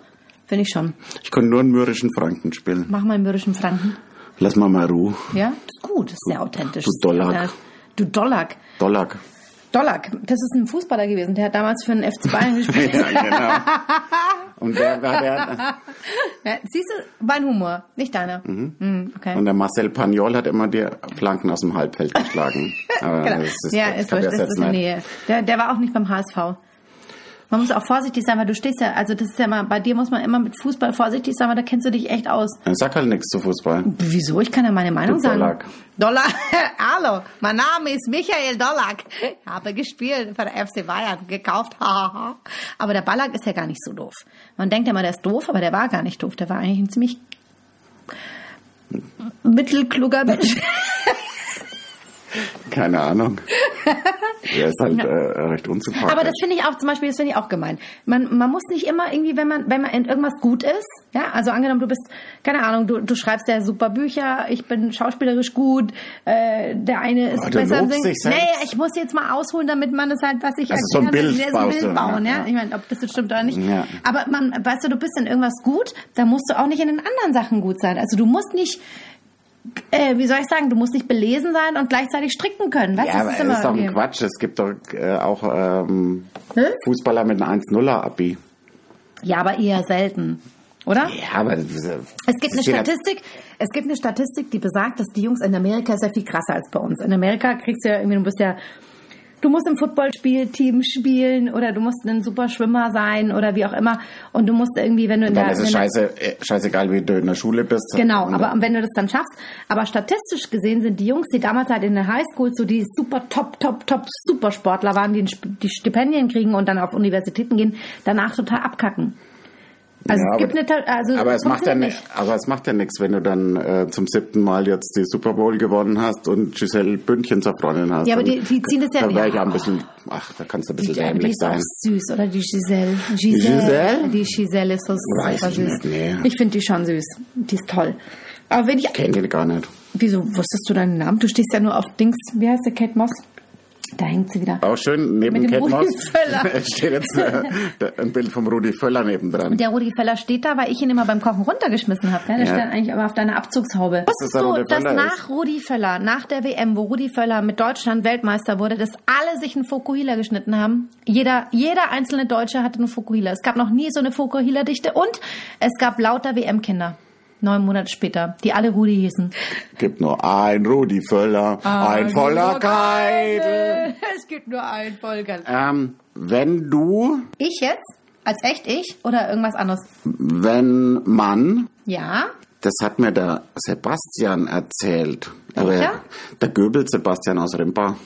Speaker 3: finde ich schon.
Speaker 2: Ich konnte nur einen mürrischen Franken spielen.
Speaker 3: Mach mal einen mürrischen Franken.
Speaker 2: Lass mal mal Ruhe.
Speaker 3: Ja, das ist gut, das ist sehr authentisch.
Speaker 2: du Dollack.
Speaker 3: Äh, Du Dollack.
Speaker 2: Dollack.
Speaker 3: Dollack, das ist ein Fußballer gewesen, der hat damals für den FC Bayern gespielt.
Speaker 2: ja, genau. Und der, der, der,
Speaker 3: Ja, siehst du, mein Humor, nicht deiner. Mhm, okay.
Speaker 2: Und der Marcel Pagnol hat immer die Flanken aus dem Halbfeld geschlagen. Aber
Speaker 3: genau.
Speaker 2: das ist,
Speaker 3: ja,
Speaker 2: das
Speaker 3: ist
Speaker 2: kann
Speaker 3: wurscht, das
Speaker 2: der selbst
Speaker 3: ist in der
Speaker 2: nicht.
Speaker 3: Nähe. Der, der war auch nicht beim HSV. Man muss auch vorsichtig sein, weil du stehst ja, also das ist ja immer, bei dir muss man immer mit Fußball vorsichtig sein, weil da kennst du dich echt aus.
Speaker 2: Dann Sag halt nichts zu Fußball.
Speaker 3: Wieso? Ich kann ja meine Meinung
Speaker 2: Du
Speaker 3: sagen.
Speaker 2: Dollack.
Speaker 3: Dollack. Hallo, mein Name ist Michael Dollack. Habe gespielt für der FC Bayern, gekauft. hahaha. aber der Ballack ist ja gar nicht so doof. Man denkt ja mal, der ist doof, aber der war gar nicht doof. Der war eigentlich ein ziemlich mittelkluger Mensch.
Speaker 2: Keine Ahnung. Der ist halt äh, recht unsympathisch.
Speaker 3: Aber das finde ich auch zum Beispiel, das finde ich auch gemein. Man, man muss nicht immer irgendwie, wenn man, wenn man in irgendwas gut ist, ja, also angenommen, du bist, keine Ahnung, du, du schreibst ja super Bücher, ich bin schauspielerisch gut, äh, der eine ist
Speaker 2: Oh, du
Speaker 3: besser
Speaker 2: lobst dich
Speaker 3: Nee,
Speaker 2: selbst.
Speaker 3: ich muss jetzt mal ausholen, damit man es halt, was ich
Speaker 2: Also so ein
Speaker 3: erklären will, ne,
Speaker 2: Bild
Speaker 3: so ein Bild
Speaker 2: baust du,
Speaker 3: bauen, ja.
Speaker 2: ja,
Speaker 3: ja.
Speaker 2: ja.
Speaker 3: Ich meine, ob das jetzt stimmt oder nicht.
Speaker 2: Ja.
Speaker 3: Aber man, weißt du, du bist in irgendwas gut, dann musst du auch nicht in den anderen Sachen gut sein. Also du musst nicht, äh, wie soll ich sagen, du musst nicht belesen sein und gleichzeitig stricken können. Weißt du,
Speaker 2: ja, aber
Speaker 3: das
Speaker 2: das ist doch ein
Speaker 3: irgendwie-
Speaker 2: Quatsch. Es gibt doch äh, auch ähm,
Speaker 3: Hä?
Speaker 2: Fußballer mit einem 1-0er-Abi.
Speaker 3: Ja, aber eher selten, oder?
Speaker 2: Ja, aber das ist, äh,
Speaker 3: Es gibt eine
Speaker 2: das ist ja-
Speaker 3: Statistik, es gibt eine Statistik, die besagt, dass die Jungs in Amerika sehr viel krasser als bei uns. In Amerika kriegst du ja irgendwie, du bist ja du musst im Footballspielteam spielen oder du musst ein super Schwimmer sein oder wie auch immer. Und du musst irgendwie, wenn du in
Speaker 2: Dann
Speaker 3: der,
Speaker 2: ist es
Speaker 3: wenn-
Speaker 2: scheiße, äh, scheißegal, wie du in der Schule bist.
Speaker 3: Genau,
Speaker 2: Und
Speaker 3: aber wenn du das dann schaffst. Aber statistisch gesehen sind die Jungs, die damals halt in der Highschool so die super top, top, top Supersportler waren, die ein Sp- die Stipendien kriegen und dann auf Universitäten gehen, danach total abkacken. Also
Speaker 2: Ja,
Speaker 3: es gibt
Speaker 2: aber-
Speaker 3: eine, Ta- also
Speaker 2: Aber es macht ja
Speaker 3: funktioniert
Speaker 2: nicht. Aber es macht ja nichts, wenn du dann äh, zum siebten Mal jetzt die Super Bowl gewonnen hast und Giselle Bündchen zur Freundin hast.
Speaker 3: Ja, aber die-
Speaker 2: Und
Speaker 3: die ziehen das ja-
Speaker 2: Da wäre ich
Speaker 3: ja.
Speaker 2: ja ein bisschen. Ach, da kannst du ein bisschen
Speaker 3: Die, die
Speaker 2: dämlich
Speaker 3: ist auch
Speaker 2: sein.
Speaker 3: süß, oder die Giselle. Giselle?
Speaker 2: Giselle?
Speaker 3: Die Giselle ist so
Speaker 2: Weiß
Speaker 3: super
Speaker 2: ich
Speaker 3: süß.
Speaker 2: nicht, nee.
Speaker 3: Ich finde die schon süß. Die ist toll. Aber wenn ich.
Speaker 2: Kennt ihr gar nicht.
Speaker 3: Wieso wusstest du deinen Namen? Du stehst ja nur auf Dings. Wie heißt der Kate Moss? Da hängt sie wieder.
Speaker 2: Auch schön neben
Speaker 3: Mit dem
Speaker 2: Cat
Speaker 3: Rudi
Speaker 2: Moss
Speaker 3: Völler.
Speaker 2: steht jetzt äh, ein Bild vom Rudi Völler nebendran.
Speaker 3: Der Rudi Feller steht da, weil ich ihn immer beim Kochen runtergeschmissen habe. Der
Speaker 2: Ja.
Speaker 3: stand eigentlich aber auf deiner Abzugshaube.
Speaker 2: ist
Speaker 3: Wusstest
Speaker 2: der
Speaker 3: du,
Speaker 2: Rudi
Speaker 3: dass
Speaker 2: Völler
Speaker 3: nach
Speaker 2: ist?
Speaker 3: Rudi Feller, nach der WM, wo Rudi Feller mit Deutschland Weltmeister wurde, dass alle sich einen Fokuhila geschnitten haben? Jeder, jeder einzelne Deutsche hatte einen Fokuhila. Es gab noch nie so eine Fokuhila-Dichte und es gab lauter WM-Kinder. Neun Monate später, die alle Rudi hießen.
Speaker 2: Gibt nur ein Rudi Völler,
Speaker 3: Ah,
Speaker 2: ein voller Keitel.
Speaker 3: Es gibt nur einen Volker.
Speaker 2: Ähm, wenn du,
Speaker 3: Ich jetzt? Als echt ich? Oder irgendwas anderes?
Speaker 2: wenn man,
Speaker 3: Ja?
Speaker 2: Das hat mir der Sebastian erzählt. Aber
Speaker 3: Welcher?
Speaker 2: der Göbel Sebastian aus Rimpa.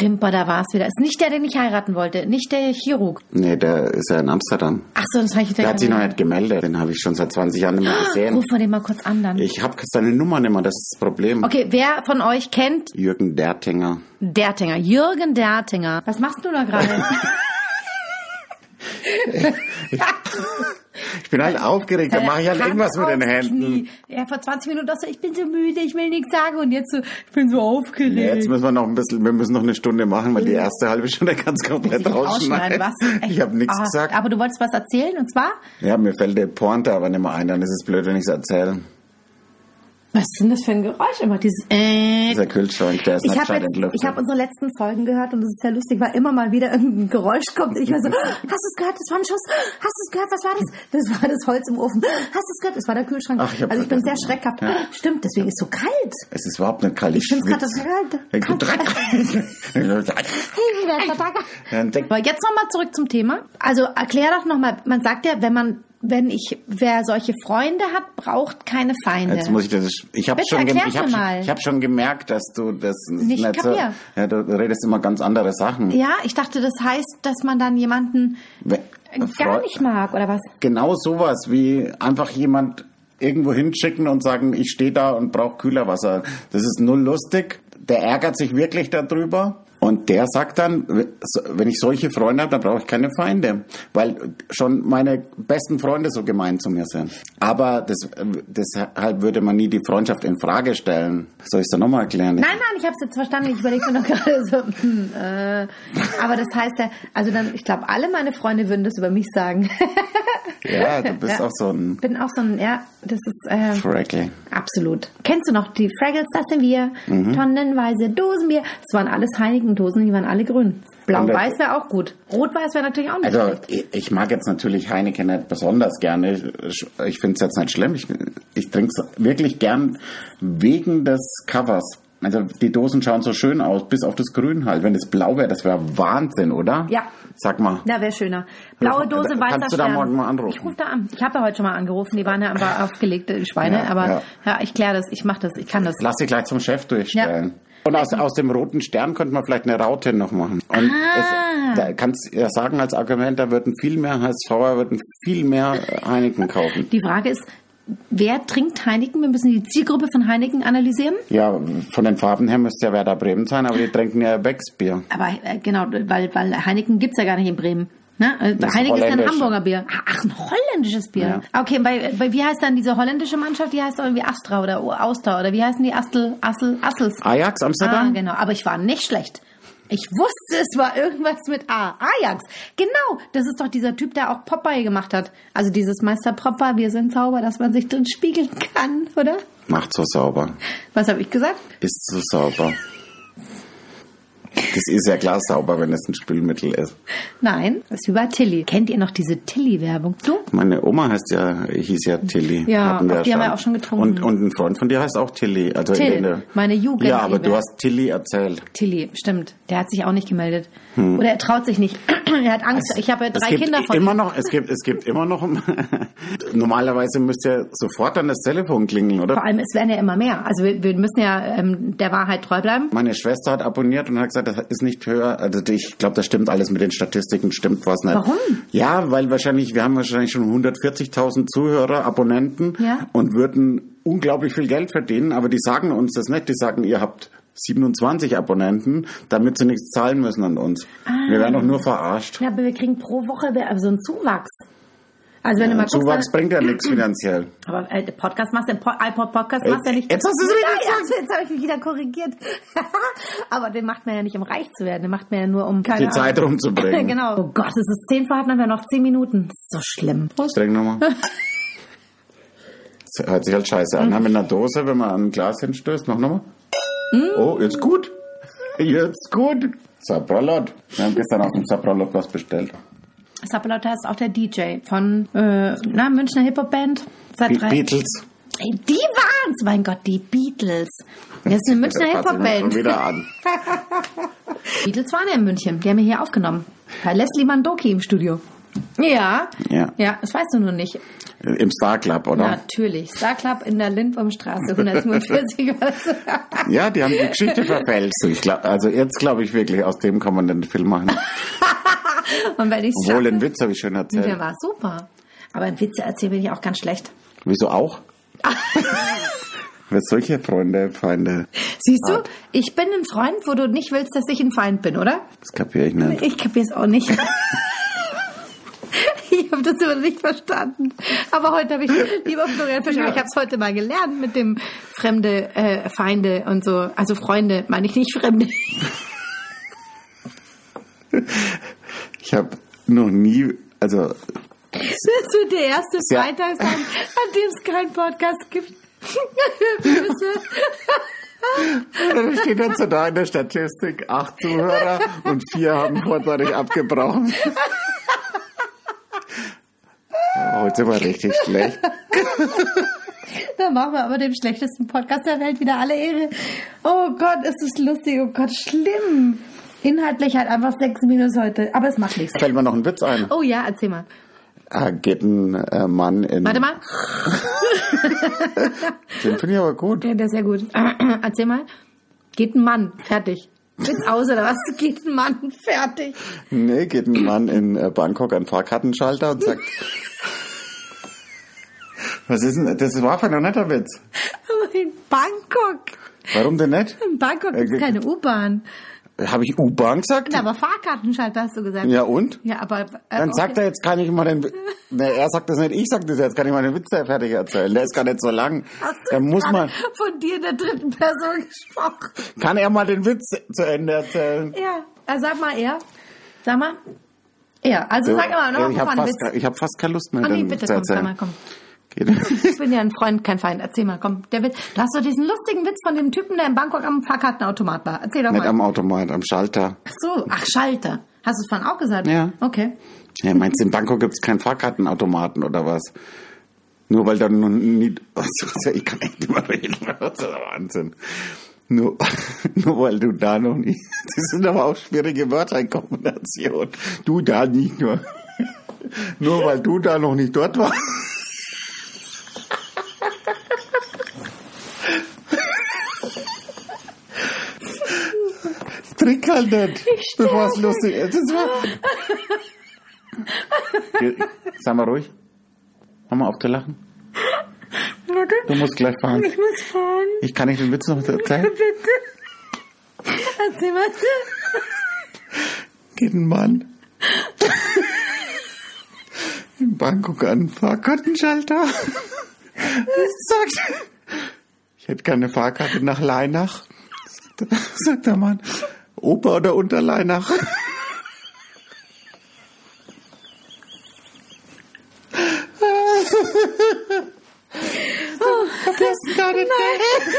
Speaker 3: Rimper, da war es wieder. Ist nicht der, den ich heiraten wollte. Nicht der Chirurg.
Speaker 2: Nee, der ist ja in Amsterdam.
Speaker 3: Ach so, das habe ich
Speaker 2: Der hat sich noch
Speaker 3: vergessen.
Speaker 2: nicht gemeldet. Den habe ich schon seit 20 Jahren nicht mehr gesehen.
Speaker 3: Ah, Ruf mal den mal kurz an dann.
Speaker 2: Ich habe seine Nummer nicht mehr, das ist das Problem.
Speaker 3: Okay, wer von euch kennt
Speaker 2: Jürgen Dertinger.
Speaker 3: Dertinger? Jürgen Dertinger. Was machst du da gerade?
Speaker 2: Ich bin halt aufgeregt, da mache ich halt
Speaker 3: Äh, Hand
Speaker 2: irgendwas mit den
Speaker 3: aufs
Speaker 2: Händen.
Speaker 3: Knie. Ja, vor 20 Minuten dachte ich, ich bin so müde, ich will nichts sagen und jetzt so, ich bin so aufgeregt.
Speaker 2: Nee, jetzt müssen wir noch ein bisschen, wir müssen noch eine Stunde machen, weil die erste halbe Stunde ganz komplett
Speaker 3: Ich will
Speaker 2: rausschneiden.
Speaker 3: was?
Speaker 2: Ich habe nichts
Speaker 3: Ah,
Speaker 2: gesagt.
Speaker 3: Aber du wolltest was erzählen und zwar?
Speaker 2: Ja, mir fällt der Pointe aber nicht mehr ein, dann ist es blöd, wenn ich es erzähle.
Speaker 3: Was ist denn das für ein Geräusch immer? Dieses äh.
Speaker 2: Dieser Kühlschrank, der ist
Speaker 3: Ich
Speaker 2: nicht
Speaker 3: habe
Speaker 2: schon entlüftet.
Speaker 3: hab unsere letzten Folgen gehört und das ist ja lustig, weil immer mal wieder irgendein Geräusch kommt. Ich war so, hast du es gehört? Das war ein Schuss. Hast du es gehört? Was war das? Das war das Holz im Ofen. Hast du es gehört? Das war der Kühlschrank.
Speaker 2: Ach, ich hab
Speaker 3: also ich bin sehr
Speaker 2: vergessen.
Speaker 3: schreckhaft.
Speaker 2: Ja.
Speaker 3: Stimmt, deswegen ist es so kalt.
Speaker 2: Es ist überhaupt nicht kalt. Ich,
Speaker 3: find's grad
Speaker 2: schwitze. Dann denk-
Speaker 3: Aber jetzt nochmal zurück zum Thema. Also erklär doch nochmal, man sagt ja, wenn man, wenn ich, wer solche Freunde hat, braucht keine Feinde.
Speaker 2: Jetzt muss ich das. Ich habe
Speaker 3: Bitte
Speaker 2: schon, gem
Speaker 3: erklär's
Speaker 2: ich hab
Speaker 3: mir
Speaker 2: schon,
Speaker 3: mal.
Speaker 2: ich hab schon gemerkt, dass du das
Speaker 3: Nicht kapier.
Speaker 2: Ja, du redest immer ganz andere Sachen.
Speaker 3: ja, ich dachte, das heißt, dass man dann jemanden
Speaker 2: We-
Speaker 3: gar
Speaker 2: Freu-
Speaker 3: nicht mag, oder was?
Speaker 2: Genau sowas wie einfach jemand irgendwo hinschicken und sagen, ich stehe da und brauche Kühlerwasser. Das ist null lustig. Der ärgert sich wirklich darüber. Und der sagt dann, so- wenn ich solche Freunde habe, dann brauche ich keine Feinde, weil schon meine besten Freunde so gemein zu mir sind. Aber das, deshalb würde man nie die Freundschaft in Frage stellen. Soll ich es dann nochmal erklären?
Speaker 3: Nein, nein, ich habe es jetzt verstanden. Ich überlege mir noch gerade so. Hm, äh, aber das heißt ja, also dann, ich glaube, alle meine Freunde würden das über mich sagen.
Speaker 2: Ja, du bist
Speaker 3: Ja.
Speaker 2: auch so ein
Speaker 3: Bin auch so ein, ja, das ist äh,
Speaker 2: Freckle.
Speaker 3: absolut. Kennst du noch die Fraggles? Das sind wir.
Speaker 2: Mhm.
Speaker 3: Tonnenweise Dosenbier. Das waren alles Heineken-Dosen, die waren alle grün. Blau-Weiß wäre auch gut. Rot-Weiß wäre natürlich auch nicht.
Speaker 2: Also ich, ich mag jetzt natürlich Heineken nicht besonders gerne. Ich, ich finde es jetzt nicht schlimm. Ich, ich trinke es wirklich gern wegen des Covers. Also die Dosen schauen so schön aus, bis auf das Grün halt. Wenn es blau wäre, das wäre Wahnsinn, oder?
Speaker 3: Ja.
Speaker 2: Sag mal.
Speaker 3: Ja, wäre schöner. Blaue Dose,
Speaker 2: Kannst
Speaker 3: weißer
Speaker 2: du da
Speaker 3: Stern.
Speaker 2: morgen mal anrufen?
Speaker 3: Ich rufe da an. Ich habe ja heute schon mal angerufen. Die waren ja aber aufgelegte die Schweine.
Speaker 2: Ja,
Speaker 3: aber
Speaker 2: ja.
Speaker 3: ja, ich kläre das. Ich mache das. Ich kann das.
Speaker 2: Lass dich gleich zum Chef durchstellen. Und aus, aus dem roten Stern könnte man vielleicht eine Raute noch machen. Und es, da kannst du ja sagen als Argument, da würden viel mehr HSVer, würden viel mehr Heineken kaufen.
Speaker 3: Die Frage ist, wer trinkt Heineken? Wir müssen die Zielgruppe von Heineken analysieren.
Speaker 2: Ja, von den Farben her müsste ja Werder Bremen sein, aber die trinken ja Becksbier.
Speaker 3: Aber äh, genau, weil, weil Heineken gibt's ja gar nicht in Bremen. Ne? Äh,
Speaker 2: Das ist
Speaker 3: Heineken ist ja ein
Speaker 2: holländisch.
Speaker 3: Hamburger Bier. Ach, ein holländisches Bier. Ah, Okay, bei, bei, wie heißt dann diese holländische Mannschaft? Die heißt doch irgendwie Astra oder Auster oder wie heißen die Astel, Assel, Assels?
Speaker 2: Ajax
Speaker 3: Ah,
Speaker 2: Amsterdam?
Speaker 3: genau. Aber ich war nicht schlecht. Ich wusste, es war irgendwas mit A. Ajax. Genau. Das ist doch dieser Typ, der auch Popeye gemacht hat. Also dieses Meister Popeye, wir sind Zauber, dass man sich drin spiegeln kann, oder?
Speaker 2: Macht so sauber.
Speaker 3: Was habe ich gesagt?
Speaker 2: Ist so sauber. Das ist ja glassauber, wenn es ein Spülmittel ist.
Speaker 3: Nein, das ist über Tilly. Kennt ihr noch diese Tilly-Werbung? Du?
Speaker 2: Meine Oma heißt ja, hieß ja Tilly.
Speaker 3: Ja,
Speaker 2: Hatten wir
Speaker 3: auf die haben wir
Speaker 2: schon.
Speaker 3: auch schon getrunken.
Speaker 2: Und, und ein Freund von dir heißt auch Tilly. Also
Speaker 3: Till,
Speaker 2: Irene.
Speaker 3: meine Jugendliebe.
Speaker 2: Ja, aber du hast Tilly erzählt.
Speaker 3: Tilly, stimmt. Der hat sich auch nicht gemeldet. Oder er traut sich nicht. er hat Angst. ich habe ja
Speaker 2: Es
Speaker 3: drei
Speaker 2: gibt
Speaker 3: Kinder von
Speaker 2: immer
Speaker 3: ihm.
Speaker 2: noch, es gibt, es gibt immer noch. Normalerweise müsste ja sofort dann das Telefon klingeln, oder?
Speaker 3: Vor allem, es werden ja immer mehr. Also wir, wir müssen ja ähm, der Wahrheit treu bleiben.
Speaker 2: Meine Schwester hat abonniert und hat gesagt, das ist nicht höher. Also ich glaube, das stimmt alles mit den Statistiken, stimmt was nicht.
Speaker 3: Warum?
Speaker 2: Ja, weil wahrscheinlich, wir haben wahrscheinlich schon 140.000 Zuhörer, Abonnenten
Speaker 3: Ja.
Speaker 2: und würden unglaublich viel Geld verdienen, aber die sagen uns das nicht. Die sagen, ihr habt 27 Abonnenten, damit sie nichts zahlen müssen an uns.
Speaker 3: Ah.
Speaker 2: Wir werden doch nur verarscht.
Speaker 3: Ja, aber wir kriegen pro Woche so einen Zuwachs. Also wenn du mal
Speaker 2: Zuwachs
Speaker 3: guckst, dann-
Speaker 2: bringt ja nichts finanziell.
Speaker 3: aber äh, Podcast machst du, Po- iPod Podcast machst du ja nicht.
Speaker 2: Jetzt hast du's wieder
Speaker 3: Nein, ja, Jetzt habe ich mich wieder korrigiert. aber den macht man ja nicht, um reich zu werden. Den macht man ja nur, um keine
Speaker 2: Die Zeit
Speaker 3: Ahnung.
Speaker 2: rumzubringen.
Speaker 3: genau. Oh Gott, es ist zehn vor, hat man ja noch zehn Minuten. Das ist so schlimm.
Speaker 2: Trink nochmal. Das hört sich halt scheiße an. Haben wir in einer Dose, wenn man an ein Glas hinstößt? Noch nochmal?
Speaker 3: Mm.
Speaker 2: Oh, jetzt gut. Jetzt gut. Saprolot. Wir haben gestern auf dem Saprolot was bestellt.
Speaker 3: Sappelotta ist auch der DJ von äh, na, Münchner Hip-Hop-Band. Seit
Speaker 2: Be
Speaker 3: drei.
Speaker 2: Beatles.
Speaker 3: Ey, Die waren's, mein Gott, die Beatles. Das ist eine Münchner
Speaker 2: Fass ich mich Schon
Speaker 3: Hip-Hop-Band.
Speaker 2: wieder an.
Speaker 3: Beatles waren ja in München. Die haben ja hier aufgenommen. Bei Leslie Mandoki im Studio. Ja.
Speaker 2: Ja.
Speaker 3: Ja, das weißt du nur nicht.
Speaker 2: Im Star Club, oder?
Speaker 3: Natürlich. Star Club in der Lindwurmstraße 147.
Speaker 2: Ja, die haben die Geschichte verfälscht. Ich glaub, also jetzt glaube ich wirklich, aus dem kann man den Film machen.
Speaker 3: Und wenn ich
Speaker 2: Obwohl, den Witz habe ich schon erzählt.
Speaker 3: Der war super. Aber im Witze erzählen bin ich auch ganz schlecht.
Speaker 2: Wieso auch? Wer solche Freunde, Feinde,
Speaker 3: Siehst
Speaker 2: Ah.
Speaker 3: du, ich bin ein Freund, wo du nicht willst, dass ich ein Feind bin, oder?
Speaker 2: das kapiere ich nicht.
Speaker 3: Ich kapier's auch nicht. Ich habe das immer nicht verstanden. Aber heute habe ich, lieber Florian Fischer, ich habe es heute mal gelernt mit dem Fremde, äh, Feinde und so. Also Freunde, meine ich nicht Fremde.
Speaker 2: Ich habe noch nie, also
Speaker 3: Das wird der erste
Speaker 2: Ja.
Speaker 3: Freitag sein, an dem es keinen Podcast gibt. Grüße.
Speaker 2: Da steht jetzt so da in der Statistik, acht Zuhörer und vier haben vorzeitig abgebrochen. Oh, Heute sind wir richtig schlecht.
Speaker 3: Da machen wir aber dem schlechtesten Podcast der Welt wieder alle Ehre. Oh Gott, ist das lustig. Oh Gott, schlimm. Inhaltlich halt einfach sechs Minus heute. Aber es macht nichts.
Speaker 2: Fällt mir noch ein Witz ein.
Speaker 3: Oh ja, erzähl mal.
Speaker 2: Ah, geht ein äh, Mann in.
Speaker 3: Warte mal.
Speaker 2: Den finde ich aber gut.
Speaker 3: Ja, das ist ja gut. Erzähl mal. Geht ein Mann. Fertig. Bis aus oder was? Geht ein Mann. Fertig.
Speaker 2: Nee, geht ein Mann in äh, Bangkok an den Fahrkartenschalter und sagt. Was ist denn? Das war einfach noch ein netter Witz.
Speaker 3: Aber in Oh Bangkok.
Speaker 2: Warum denn nicht?
Speaker 3: In Bangkok gibt es keine U-Bahn.
Speaker 2: Habe ich U-Bahn gesagt?
Speaker 3: Na, Aber Fahrkartenschalter hast du gesagt.
Speaker 2: Ja und?
Speaker 3: Ja, aber. äh,
Speaker 2: Dann
Speaker 3: okay.
Speaker 2: sagt er, jetzt kann ich mal den. Ne, er sagt das nicht, ich sag das jetzt, kann ich mal den Witz da fertig erzählen. Der ist gar nicht so lang.
Speaker 3: Hast du
Speaker 2: Dann muss
Speaker 3: gerade
Speaker 2: man.
Speaker 3: Von dir in der dritten Person gesprochen.
Speaker 2: Kann er mal den Witz zu Ende erzählen?
Speaker 3: Ja. Äh, sag mal er. Sag mal. Er. Also sag mal, noch
Speaker 2: ich
Speaker 3: mal
Speaker 2: habe
Speaker 3: einen
Speaker 2: fast,
Speaker 3: Witz.
Speaker 2: ich hab fast keine Lust mehr,
Speaker 3: Oh nee,
Speaker 2: den
Speaker 3: bitte,
Speaker 2: zu
Speaker 3: komm, sag
Speaker 2: erzählen.
Speaker 3: mal, komm.
Speaker 2: Geht.
Speaker 3: Ich bin ja ein Freund, kein Feind. Erzähl mal, komm. Der Witz. Du hast doch diesen lustigen Witz von dem Typen, der in Bangkok am Fahrkartenautomat war. Erzähl doch
Speaker 2: nicht
Speaker 3: mal.
Speaker 2: am Automat, am Schalter.
Speaker 3: Ach so, ach Schalter. Hast du es vorhin auch gesagt?
Speaker 2: Ja.
Speaker 3: Okay.
Speaker 2: Ja, meinst du, in Bangkok gibt's keinen Fahrkartenautomaten oder was? Nur weil da noch nie. Also, ich kann echt nicht mehr reden, das ist ja Wahnsinn. Nur, nur weil du da noch nie. Das sind aber auch schwierige Wörter in Kombination. Du da nicht nur. Nur weil du da noch nicht dort warst. Trink halt nicht, bevor es lustig ist. Das war, Ge- Sei mal ruhig. Hör mal auf zu lachen. Du musst gleich fahren. Ich muss fahren. Ich kann nicht den Witz noch erzählen.
Speaker 3: Erzähl mal.
Speaker 2: Geht ein Mann in Bangkok an den Fahrkartenschalter. Sagt, ich hätte gerne eine Fahrkarte nach Leinach. Sagt der- Sagt der Mann, Ober- oder Unterleinach.
Speaker 3: Das ist gar nicht Nein.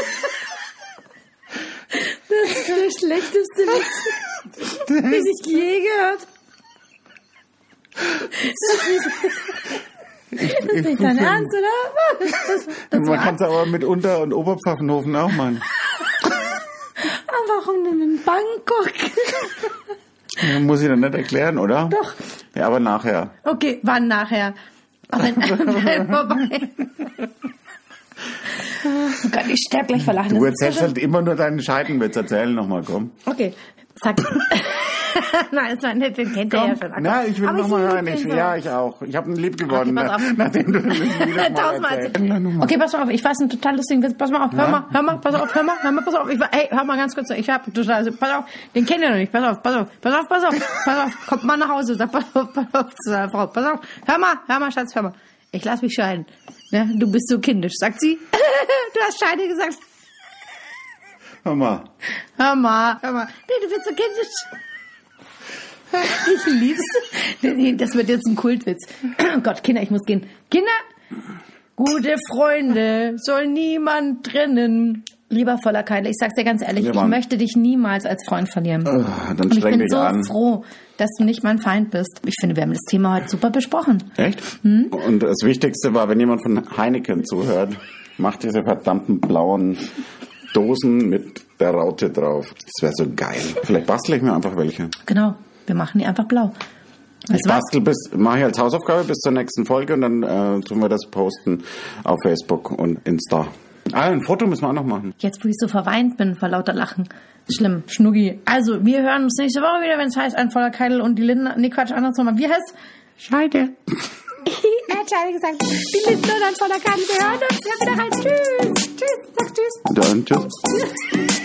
Speaker 3: Das ist der schlechteste Witz. Wie sich gejägert. Das ist nicht dein Ernst, oder?
Speaker 2: Man kann es aber mit Unter- und Oberpfaffenhofen auch machen.
Speaker 3: Ah, Warum denn in Bangkok?
Speaker 2: Ja, Muss ich dann nicht erklären, oder?
Speaker 3: Doch.
Speaker 2: Ja, aber nachher.
Speaker 3: Okay, wann nachher? Aber bald vorbei. Oh Gott, ich sterbe gleich vor Lachen.
Speaker 2: Du
Speaker 3: Das ist so
Speaker 2: erzählst
Speaker 3: schlimm.
Speaker 2: halt immer nur deinen Scheidenwitz. Erzähl nochmal, komm.
Speaker 3: Okay, sag. Nein, das war nicht, den kennt ihr ja schon.
Speaker 2: Na, ich will
Speaker 3: Aber
Speaker 2: nochmal
Speaker 3: liebe
Speaker 2: rein. Ich,
Speaker 3: den
Speaker 2: ja, ich auch. Ich habe ihn lieb gewonnen,
Speaker 3: Okay, pass
Speaker 2: ne?
Speaker 3: auf.
Speaker 2: nachdem du ihn wieder mal
Speaker 3: Tausendmal
Speaker 2: erzählt.
Speaker 3: erzählt.
Speaker 2: Na, nun mal.
Speaker 3: Okay, pass mal auf, ich weiß einen total lustigen Witz. Pass mal auf, hör
Speaker 2: Ja?
Speaker 3: mal, hör mal, pass auf, hör mal, hör mal, pass auf. Ich, war- hey, hör mal ganz kurz, ich hab total, also, pass auf, den kennt ihr noch nicht. Pass auf, pass auf, pass auf, pass auf, pass auf, kommt mal nach Hause, sag, pass auf, pass auf zu seiner Frau, pass auf, hör mal, hör mal, Schatz, hör mal. Ich lass mich scheiden. Ne? Du bist so kindisch, sagt sie. du hast Scheide gesagt.
Speaker 2: Hör mal.
Speaker 3: Hör mal, hör mal. Nee, du bist so kindisch. Ich lieb's. Nee, nee, das wird jetzt ein Kultwitz. Oh Gott, Kinder, ich muss gehen. Kinder, gute Freunde soll niemand trennen. Lieber voller Keile, ich sag's dir ganz ehrlich,
Speaker 2: Ja,
Speaker 3: ich
Speaker 2: Mann.
Speaker 3: möchte dich niemals als Freund verlieren.
Speaker 2: Ah, dann
Speaker 3: Und ich
Speaker 2: streng
Speaker 3: bin
Speaker 2: dich
Speaker 3: so
Speaker 2: an.
Speaker 3: froh, dass du nicht mein Feind bist. Ich finde, wir haben das Thema heute super besprochen.
Speaker 2: Echt?
Speaker 3: Hm?
Speaker 2: Und das Wichtigste war, wenn jemand von Heineken zuhört, macht diese verdammten blauen Dosen mit der Raute drauf. Das wäre so geil. Vielleicht bastle ich mir einfach welche.
Speaker 3: Genau, wir machen die einfach blau.
Speaker 2: Ich
Speaker 3: Weißt du was?
Speaker 2: bastel bis, mache ich als Hausaufgabe bis zur nächsten Folge und dann äh, tun wir das posten auf Facebook und Insta. Ah, ein Foto müssen wir auch noch machen.
Speaker 3: Jetzt, wo ich so verweint bin vor lauter Lachen. Schlimm, Schnuggi. Also, wir hören uns nächste Woche wieder, wenn es heißt, ein voller Keitel und die Linda. Nee, Quatsch, anders nochmal. Wie heißt Scheide. er hat Scheide gesagt. Die Linda und ein voller Keitel. Wir hören uns. Ja, wieder rein. Tschüss. Tschüss. Sag Tschüss.
Speaker 2: Dann tschüss.
Speaker 3: tschüss.